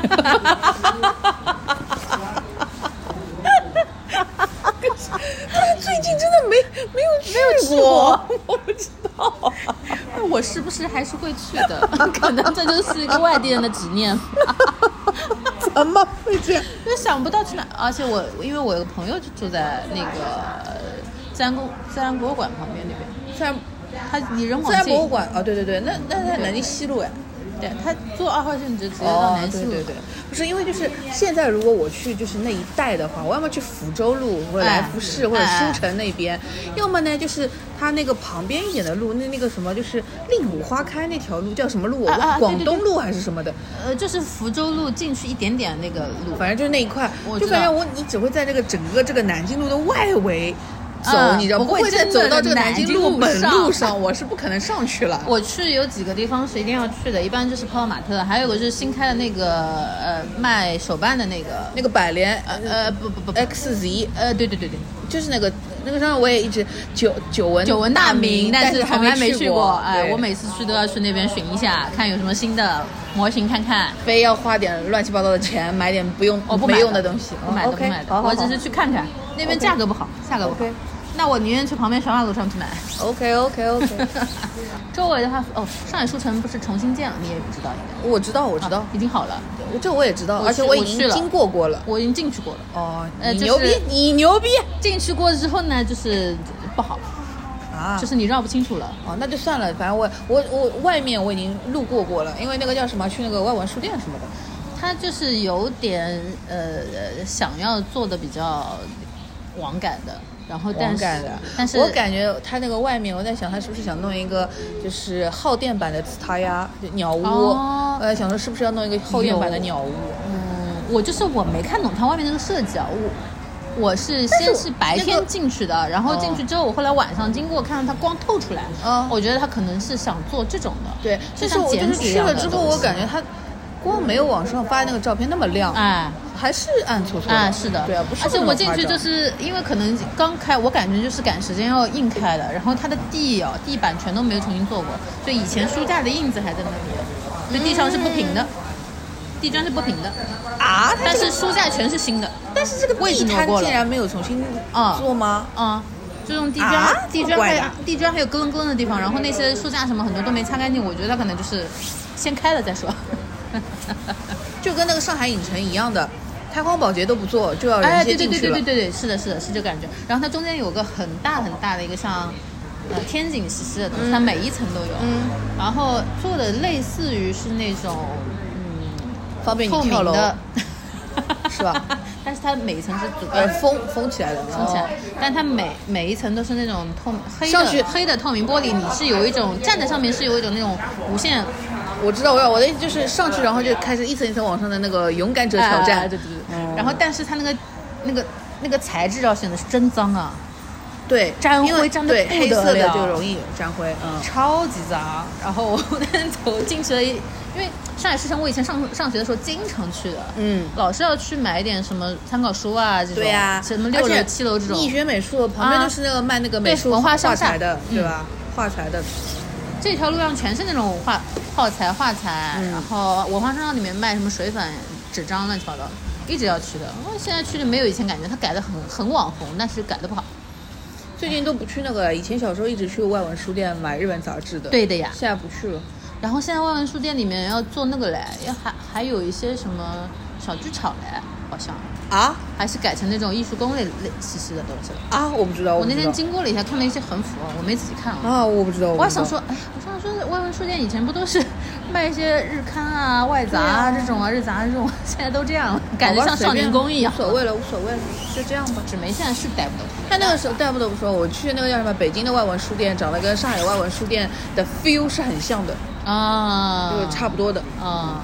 B: 他最近真的没没有去
A: 没有去过，
B: 我不知道。
A: (laughs) 我是不是还是会去的？可能这就是一个外地人的执
B: (laughs)
A: 念。
B: 怎么会这样？
A: 就想不到去哪，而且我因为我有个朋友就住在那个呃自然公自然博物馆旁边那边，
B: 自然
A: 他离人
B: 自
A: 广
B: 然
A: 近，
B: 博物馆哦，对对对，那那在南京西路哎。
A: 对他坐二号线你就直接到南西
B: 对
A: 路，
B: 哦对对，不是因为就是现在，如果我去就是那一带的话，我要么去福州路或者来福士
A: 哎
B: 或者
A: 哎哎
B: 书城那边，要么呢就是它那个旁边一点的路，那那个什么就是令五花开那条路叫什么路我忘，
A: 啊啊对
B: 广
A: 对
B: 东
A: 对
B: 路还是什么的，
A: 呃，就是福州路进去一点点那个路，
B: 反正就是那一块，
A: 我
B: 就
A: 知道
B: 感觉我你只会在这个整个这个南京路的外围。走，
A: 嗯
B: 你知道
A: 不
B: 不
A: 会
B: 会再
A: 真
B: 走
A: 的
B: 到这个
A: 南
B: 南京
A: 京
B: 路
A: 路
B: 本
A: 上
B: 路上，我是不可能上去了。
A: 我去有几个地方是一定要去的，一般就是泡泡玛特，还有个就是新开的那个呃卖手办的那个，
B: 那个百联，
A: 呃不不不不，
B: XZ，
A: 呃对对对对，
B: 就是那个那个商场，我也一直久久闻
A: 久闻大名，
B: 但
A: 是
B: 还
A: 从来没
B: 去
A: 过。哎，
B: 对
A: 我每次去都要去那边寻一下，看有什么新的模型看看。
B: 非要花点乱七八糟的钱买点不用
A: 我不买的
B: 没用的东西，哦
A: 不买的不
B: OK，
A: 买的，
B: 好好
A: 我只是去看看，那边
B: OK
A: 价格不好，价格不好
B: OK。
A: 那我宁愿去旁边小马路上去买。
B: OK OK OK，
A: (laughs) 周围的话，哦，上海书城不是重新建了，你也不知道应该。
B: 我知道我知道
A: 啊，已经好了，
B: 我这我也知道，
A: 我
B: 而且
A: 去
B: 我
A: 我
B: 已
A: 去
B: 经
A: 了
B: 经过过了。
A: 我已经进去过了。
B: 哦，
A: 呃
B: 你
A: 就
B: 牛逼
A: 是，
B: 你牛逼
A: 进去过之后呢，就是不好，
B: 啊
A: 就是你绕不清楚了。
B: 哦，那就算了，反正我我我外面我已经路过过了，因为那个叫什么去那个外文书店什么的。
A: 他就是有点呃呃想要做的比较网感的，然后但
B: 网
A: 是
B: 感的，
A: 但是
B: 我感觉它那个外面，我在想它是不是想弄一个就是耗电版的紫塔呀就鸟屋，
A: 哦
B: 呃，想说是不是要弄一个耗电版的
A: 有
B: 鸟屋？
A: 嗯，我就是我没看懂它外面那个设计啊，我我是
B: 但是
A: 先
B: 我
A: 是白
B: 那
A: 天
B: 个哦
A: 进去的，然后进去之后，我后来晚上经过看到它光透出来，
B: 嗯
A: 我觉得他可能是想做这种的，
B: 对，
A: 就
B: 就是
A: 像
B: 我就
A: 剪
B: 是
A: 纸一
B: 去
A: 样
B: 了
A: 的
B: 之后，
A: 东
B: 我
A: 西
B: 感觉它光没有网上发那个照片那么亮，
A: 哎。
B: 还是暗搓搓的。
A: 啊，是的，
B: 对啊，不是
A: 而且
B: 那么
A: 我进
B: 夸
A: 去
B: 张
A: 就是因为可能刚开，我感觉就是赶时间要硬开的，然后它的地哦，地板全都没有重新做过，就以前书架的印子还在那里，就地上是不平的，
B: 嗯
A: 地砖是不平的，
B: 啊，它
A: 但
B: 这个
A: 是书架全是新的，
B: 但是这个
A: 位置
B: 地
A: 挪
B: 摊
A: 过
B: 竟
A: 了
B: 然没有重新
A: 啊
B: 做吗？
A: 啊、就用地砖，
B: 啊
A: 地
B: 这么
A: 砖
B: 怪
A: 还
B: 的
A: 有地砖还有咯楞咯楞的地方，然后那些书架什么很多都没擦干净，我觉得它可能就是先开了再说。 (laughs)
B: 就跟那个上海影城一样的，开荒保洁都不做，就要
A: 哎，
B: 人
A: 对对
B: 先哦进
A: 对
B: 去
A: 对
B: 了
A: 对。对对，是的，是的，是这感觉。然后它中间有个很大很大的一个像，呃，天井石狮的东西，它每一层都有。
B: 嗯。
A: 然后做的类似于是那种，嗯，
B: 方便
A: 透
B: 你跳
A: 明
B: 楼，
A: 的，
B: 是吧？
A: (laughs) 但是它每一层是阻
B: 呃，
A: 断
B: 封封起来哦的，
A: 封起来，但它每每一层都是那种透明黑
B: 上去
A: 的黑的透明玻璃，你是有一种站在上面是有一种那种无限
B: 哦我知道，我知道，我的意思就是上去，然后就开始一层一层往上的那个勇敢者挑
A: 哎哎
B: 战。嗯
A: 哎对对对。然后但是它那个那个那个材质要显得是真脏啊。
B: 对，
A: 沾灰
B: 因为
A: 沾得
B: 对
A: 不
B: 黑
A: 得
B: 色的
A: 了
B: 就容易沾灰。嗯，
A: 超级脏。然后我走进去了一，因为上海市城我以前上上学的时候经常去的，
B: 嗯
A: 老是要去买一点什么参考书啊这种，
B: 对呀、
A: 什么六
B: 而
A: 楼
B: 且
A: 七楼这种，
B: 易学美术旁边
A: 啊
B: 就是那个卖那个美
A: 对
B: 术
A: 文化
B: 画
A: 上下
B: 材的，对
A: 嗯
B: 吧？画材的，
A: 这条路上全是那种画泡材、画材，啊然后文化商场里面卖什么水粉、纸张乱七八糟，一直要去的。我现在去就没有以前感觉，它改的很很网红，但是改的不好。
B: 最近都不去那个了。以前小时候一直去外文书店买日本杂志的，
A: 对的呀
B: 现在不去了。
A: 然后现在外文书店里面要做那个嘞，要还还有一些什么小剧场嘞，好像
B: 啊
A: 还是改成那种艺术宫类类兮兮的东西了。
B: 啊，我不知道，
A: 我那
B: 不知
A: 天
B: 道
A: 经过了一下，看了一些横幅，我没仔细看啊。
B: 啊，我不知道，
A: 我
B: 不
A: 还
B: 知
A: 想
B: 道
A: 说，哎，我想说，外文书店以前不都是卖一些日刊啊、外杂啊这种啊、日杂啊这 (laughs) 种，现在都这样了，感觉
B: 好吧
A: 像
B: 随
A: 少
B: 便
A: 年宫一样
B: 无。所谓了，无所谓了，就这样吧。
A: 纸媒现在是逮不到
B: 但那个时候，但不得不说，我去那个叫什么北京的外文书店，长得跟上海的外文书店的 feel 是很像的，
A: 它啊，
B: 就是差不多的。
A: 啊，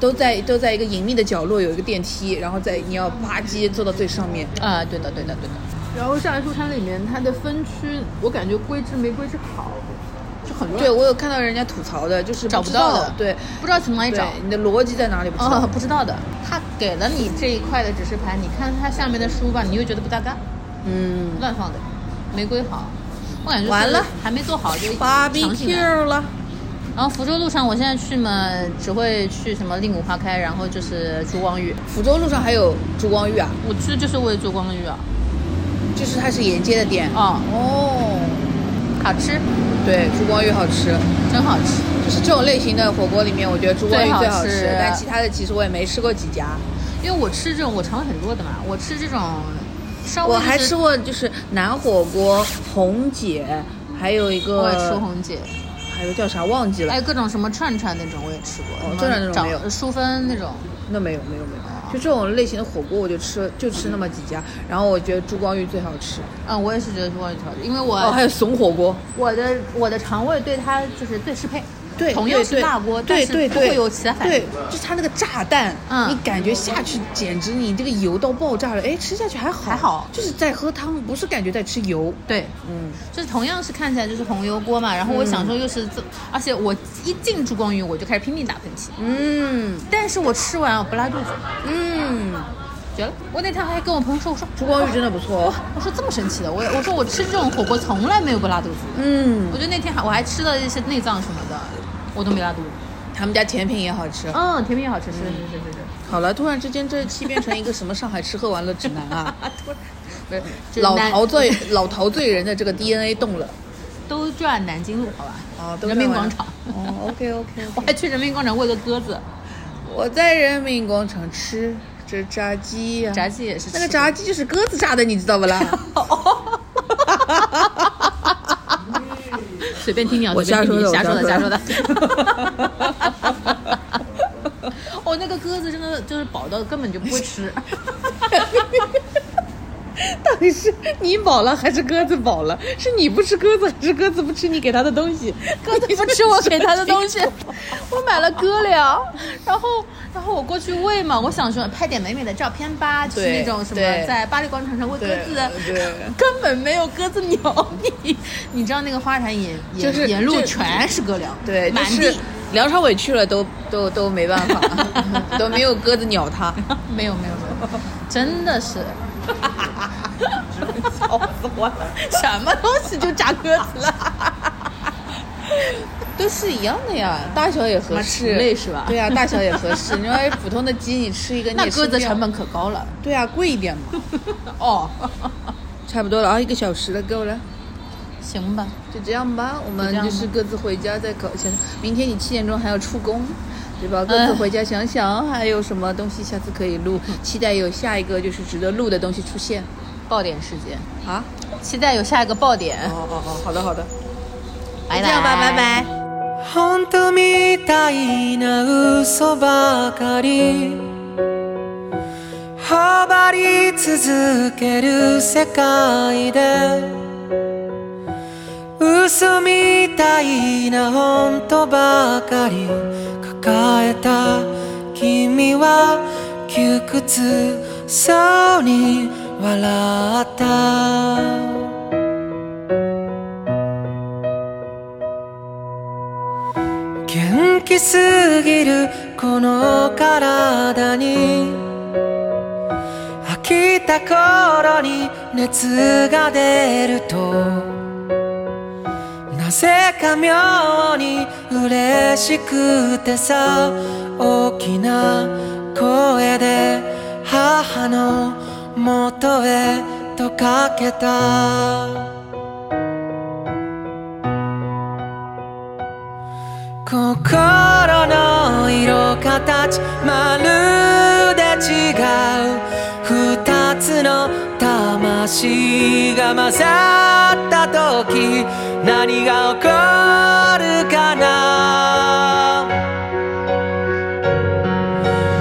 B: 都在都在一个隐秘的角落有一个电梯，然后在你要啪叽坐到最上面。
A: 啊，对的，对的，对的，
C: 然后上海书城里面它的分区，我感觉规制没规制好，就很乱。
B: 对，我有看到人家吐槽的，就是
A: 找
B: 不
A: 不
B: 知
A: 到
B: 道
A: 的，
B: 对，
A: 不知道从哪里
B: 对
A: 找。
B: 你的逻辑在 (laughs) 哪里不知道
A: 哦，。不知道的，他给了你这一块的指示牌，你看它下面的书吧，你又觉得不搭嘎，
B: 嗯
A: 乱放的，没规好。我感觉
B: 完了，
A: 还没做好就强行来
B: ，barbecue 了，
A: 然后福州路上，我现在去嘛，只会去什么令谷花开，然后就是烛光峪。
B: 福州路上还有烛光浴啊，
A: 我去就是为烛光峪啊，
B: 就是它是沿街的店。
A: 哦，
B: 哦，
A: 好吃，
B: 对，烛光浴好吃，
A: 真好吃。
B: 就是这种类型的火锅里面，我觉得烛光浴
A: 最好
B: 最好
A: 吃
B: 吃，但其他的其实我也没吃过几家。
A: 因为我吃这种，我肠胃很弱的嘛，我吃这种稍微、
B: 我
A: 就是、
B: 还吃过就是南火锅、红姐，还有一个
A: 我也吃红姐，哎
B: 还有叫啥忘记了
A: 还，有各种什么串串那种我也吃过，
B: 哦
A: 什么
B: 串串那种
A: 长
B: 没有
A: 淑芬那种，
B: 那没有没有没有，就这种类型的火锅，我就吃就吃那么几家，然后我觉得猪光浴最好吃。
A: 嗯，我也是觉得烛光峪挺好吃，因为我、
B: 哦，还有怂火锅，
A: 我的我的肠胃对它就是最适配，
B: 对，
A: 同样
B: 对
A: 是
B: 对
A: 大锅，但
B: 对对
A: 是不
B: 对，
A: 会有其他反应
B: 对，，就是它那个炸弹，
A: 嗯
B: 你感觉下去简直你这个油到爆炸了，哎，吃下去还好，
A: 还好
B: 就是在喝汤，不是感觉在吃油，
A: 对。
B: 嗯，
A: 就是同样是看起来就是红油锅嘛，然后我想说又是这，而且我一进烛光峪我就开始拼命打喷嚏，
B: 嗯
A: 但是我吃完我不拉肚子，
B: 嗯，
A: 绝了！我那天还跟我朋友说，我说
B: 猪
A: (laughs)
B: 光浴真的不错哦，
A: 我说这么神奇的，我我说我吃这种火锅从来没有不拉肚子，
B: 嗯
A: 我，觉得那天还我还吃了一些内脏什么的，我都没拉肚子。
B: 他们家甜品也好吃。
A: 嗯，甜品也好吃，是是是是是。
B: 啊好了，突然之间这期变成一个什么上海吃喝玩乐指南 (laughs) 啊，
A: 不是就是
B: 老
A: 南
B: 陶醉老陶醉人的这个 DNA 动了。
A: 都转南京路，好吧？
B: 哦，都
A: 人
B: 在
A: 民
B: 玩
A: 广场。
B: 哦，OK OK
A: 我
B: OK。
A: 还去人民广场喂个鸽子，
B: 我在人民广场吃这炸鸡呀、
A: 炸鸡也是吃
B: 那
A: 的。
B: 个炸鸡就是鸽子炸的，你知道
A: (laughs)
B: 不啦？
A: (laughs) 随便听鸟，
B: 我
A: 随便听你
B: 瞎
A: 瞎
B: 说
A: 说
B: 的
A: 的，瞎说的
B: 我瞎说的。
A: (laughs) 哦，那个鸽子真的就是饱到根本就不会吃，
B: (laughs) 到底是你饱了还是鸽子饱了？是你不吃鸽子，还是鸽子不吃你给它的东西？
A: 鸽子不吃我给它的东
B: (laughs)
A: 西。我买了鸽粮，然后然后我过去喂嘛，我想说拍点美美的照片吧，就是
B: 对
A: 那种什么
B: 对
A: 在巴黎广场上喂鸽子的，
B: 对对
A: 根本没有鸽子鸟你。你知道那个花坛
B: (laughs)
A: 沿沿、
B: 就是
A: 沿路
B: 就
A: 全是鸽粮，
B: 对，就
A: 满
B: 是
A: 地。 (laughs)
B: 梁朝伟去了都都都没办法， (laughs) 都没有鸽子
A: (laughs)
B: 鸟他。
A: 没有没有没有，真的是。
B: 笑死我了！
A: 什么东西就炸鸽子了？ (laughs)
B: 都是一样的呀，大小也合
A: 什么
B: 适，
A: 禽类是吧
B: 对呀、大小也合适。你说普通的鸡，你吃一个，你
A: 那
B: 也吃
A: 鸽
B: 不
A: 子
B: 掉
A: 成本可高了。
B: 对啊，贵一
A: (laughs)
B: 点嘛。
A: 哦，
B: 差不多了啊，一个小时了，够了，
A: 行吧，
B: 就这样吧。我们
A: 就这样
B: 就
A: 吧
B: 是各自回家再考想，明天你七点钟还要出工，对吧？各自回家想想还有什么东西下次可以录，期待有下一个就是值得录的东西出现
A: 爆点时间，
B: 啊。
A: 期待有下一个爆点。
B: 哦哦哦，好的好的，
A: 拜
B: 就
A: 拜，
B: 这样吧，拜拜。
D: 本当みたいな嘘ばかりはばり続ける世界で嘘みたいな本当ばかり抱えた君は窮屈そうに笑った元気すぎるこの体に飽きた頃に熱が出るとなぜか妙に嬉しくてさ大きな声で母の元へとかけた心の色形まるで違う二つの魂が混ざった時何が起こるかな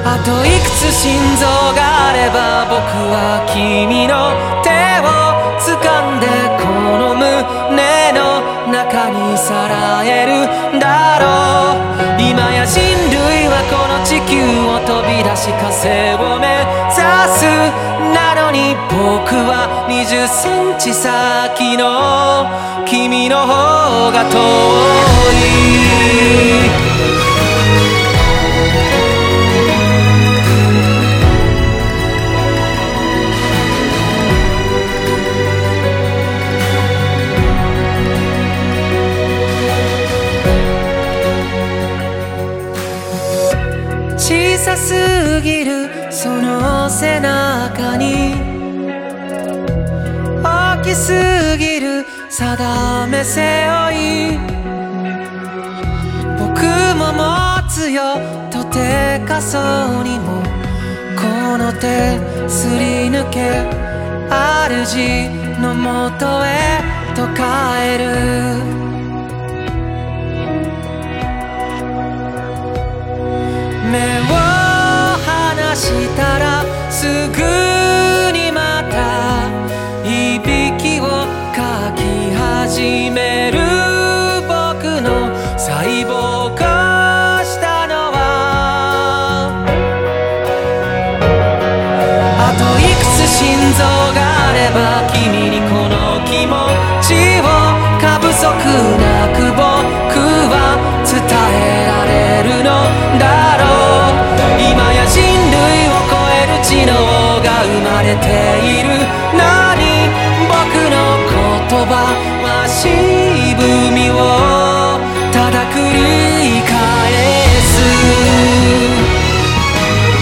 D: あといくつ心臓があれば僕は君の手を掴んでこの胸の中にさらえるだろう今や人類はこの地球を飛び出し火星を目指すなのに僕は20センチ先の君の方が遠い小さすぎるその背中に大きすぎる定め背負い僕も持つよとでかそうにもこの手すり抜け主の元へと帰る目を離したらすぐにまたいびきをかき始める僕の細胞化したのはあといくつ心臓があれば君にこの気持ちを過不足なく僕は伝えられるのだろう今や人類を超える知能が生まれているのに僕の言葉は渋みをただ繰り返す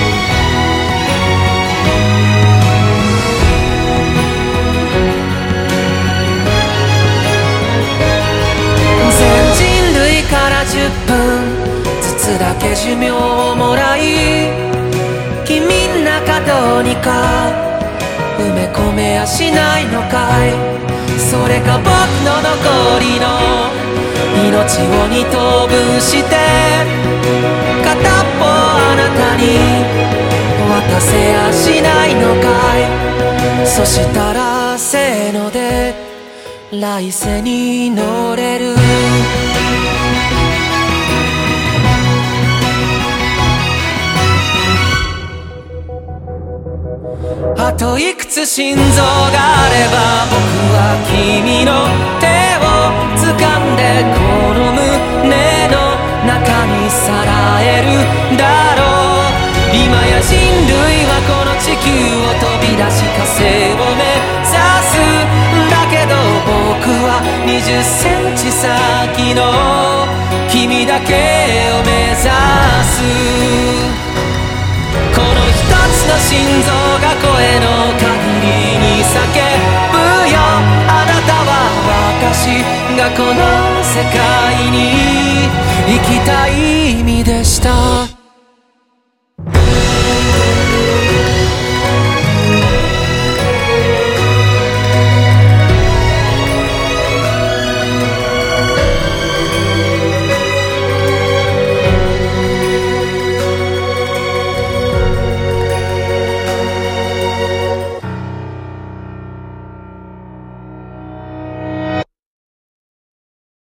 D: 全人類から10分ずつだけ寿命をもらい君ん中どうにか埋め込めやしないのかいそれか僕の残りの命を二等分して片っぽあなたに渡せやしないのかいそしたらせーので来世に乗れるあといくつ心臓があれば僕は君の手を掴んでこの胸の中にさらえるだろう今や人類はこの地球を飛び出し火星を目指すだけど僕は20センチ先の君だけを目指すこの一つの心臓が声の限りに叫ぶよあなたは私がこの世界に生きたい意味でした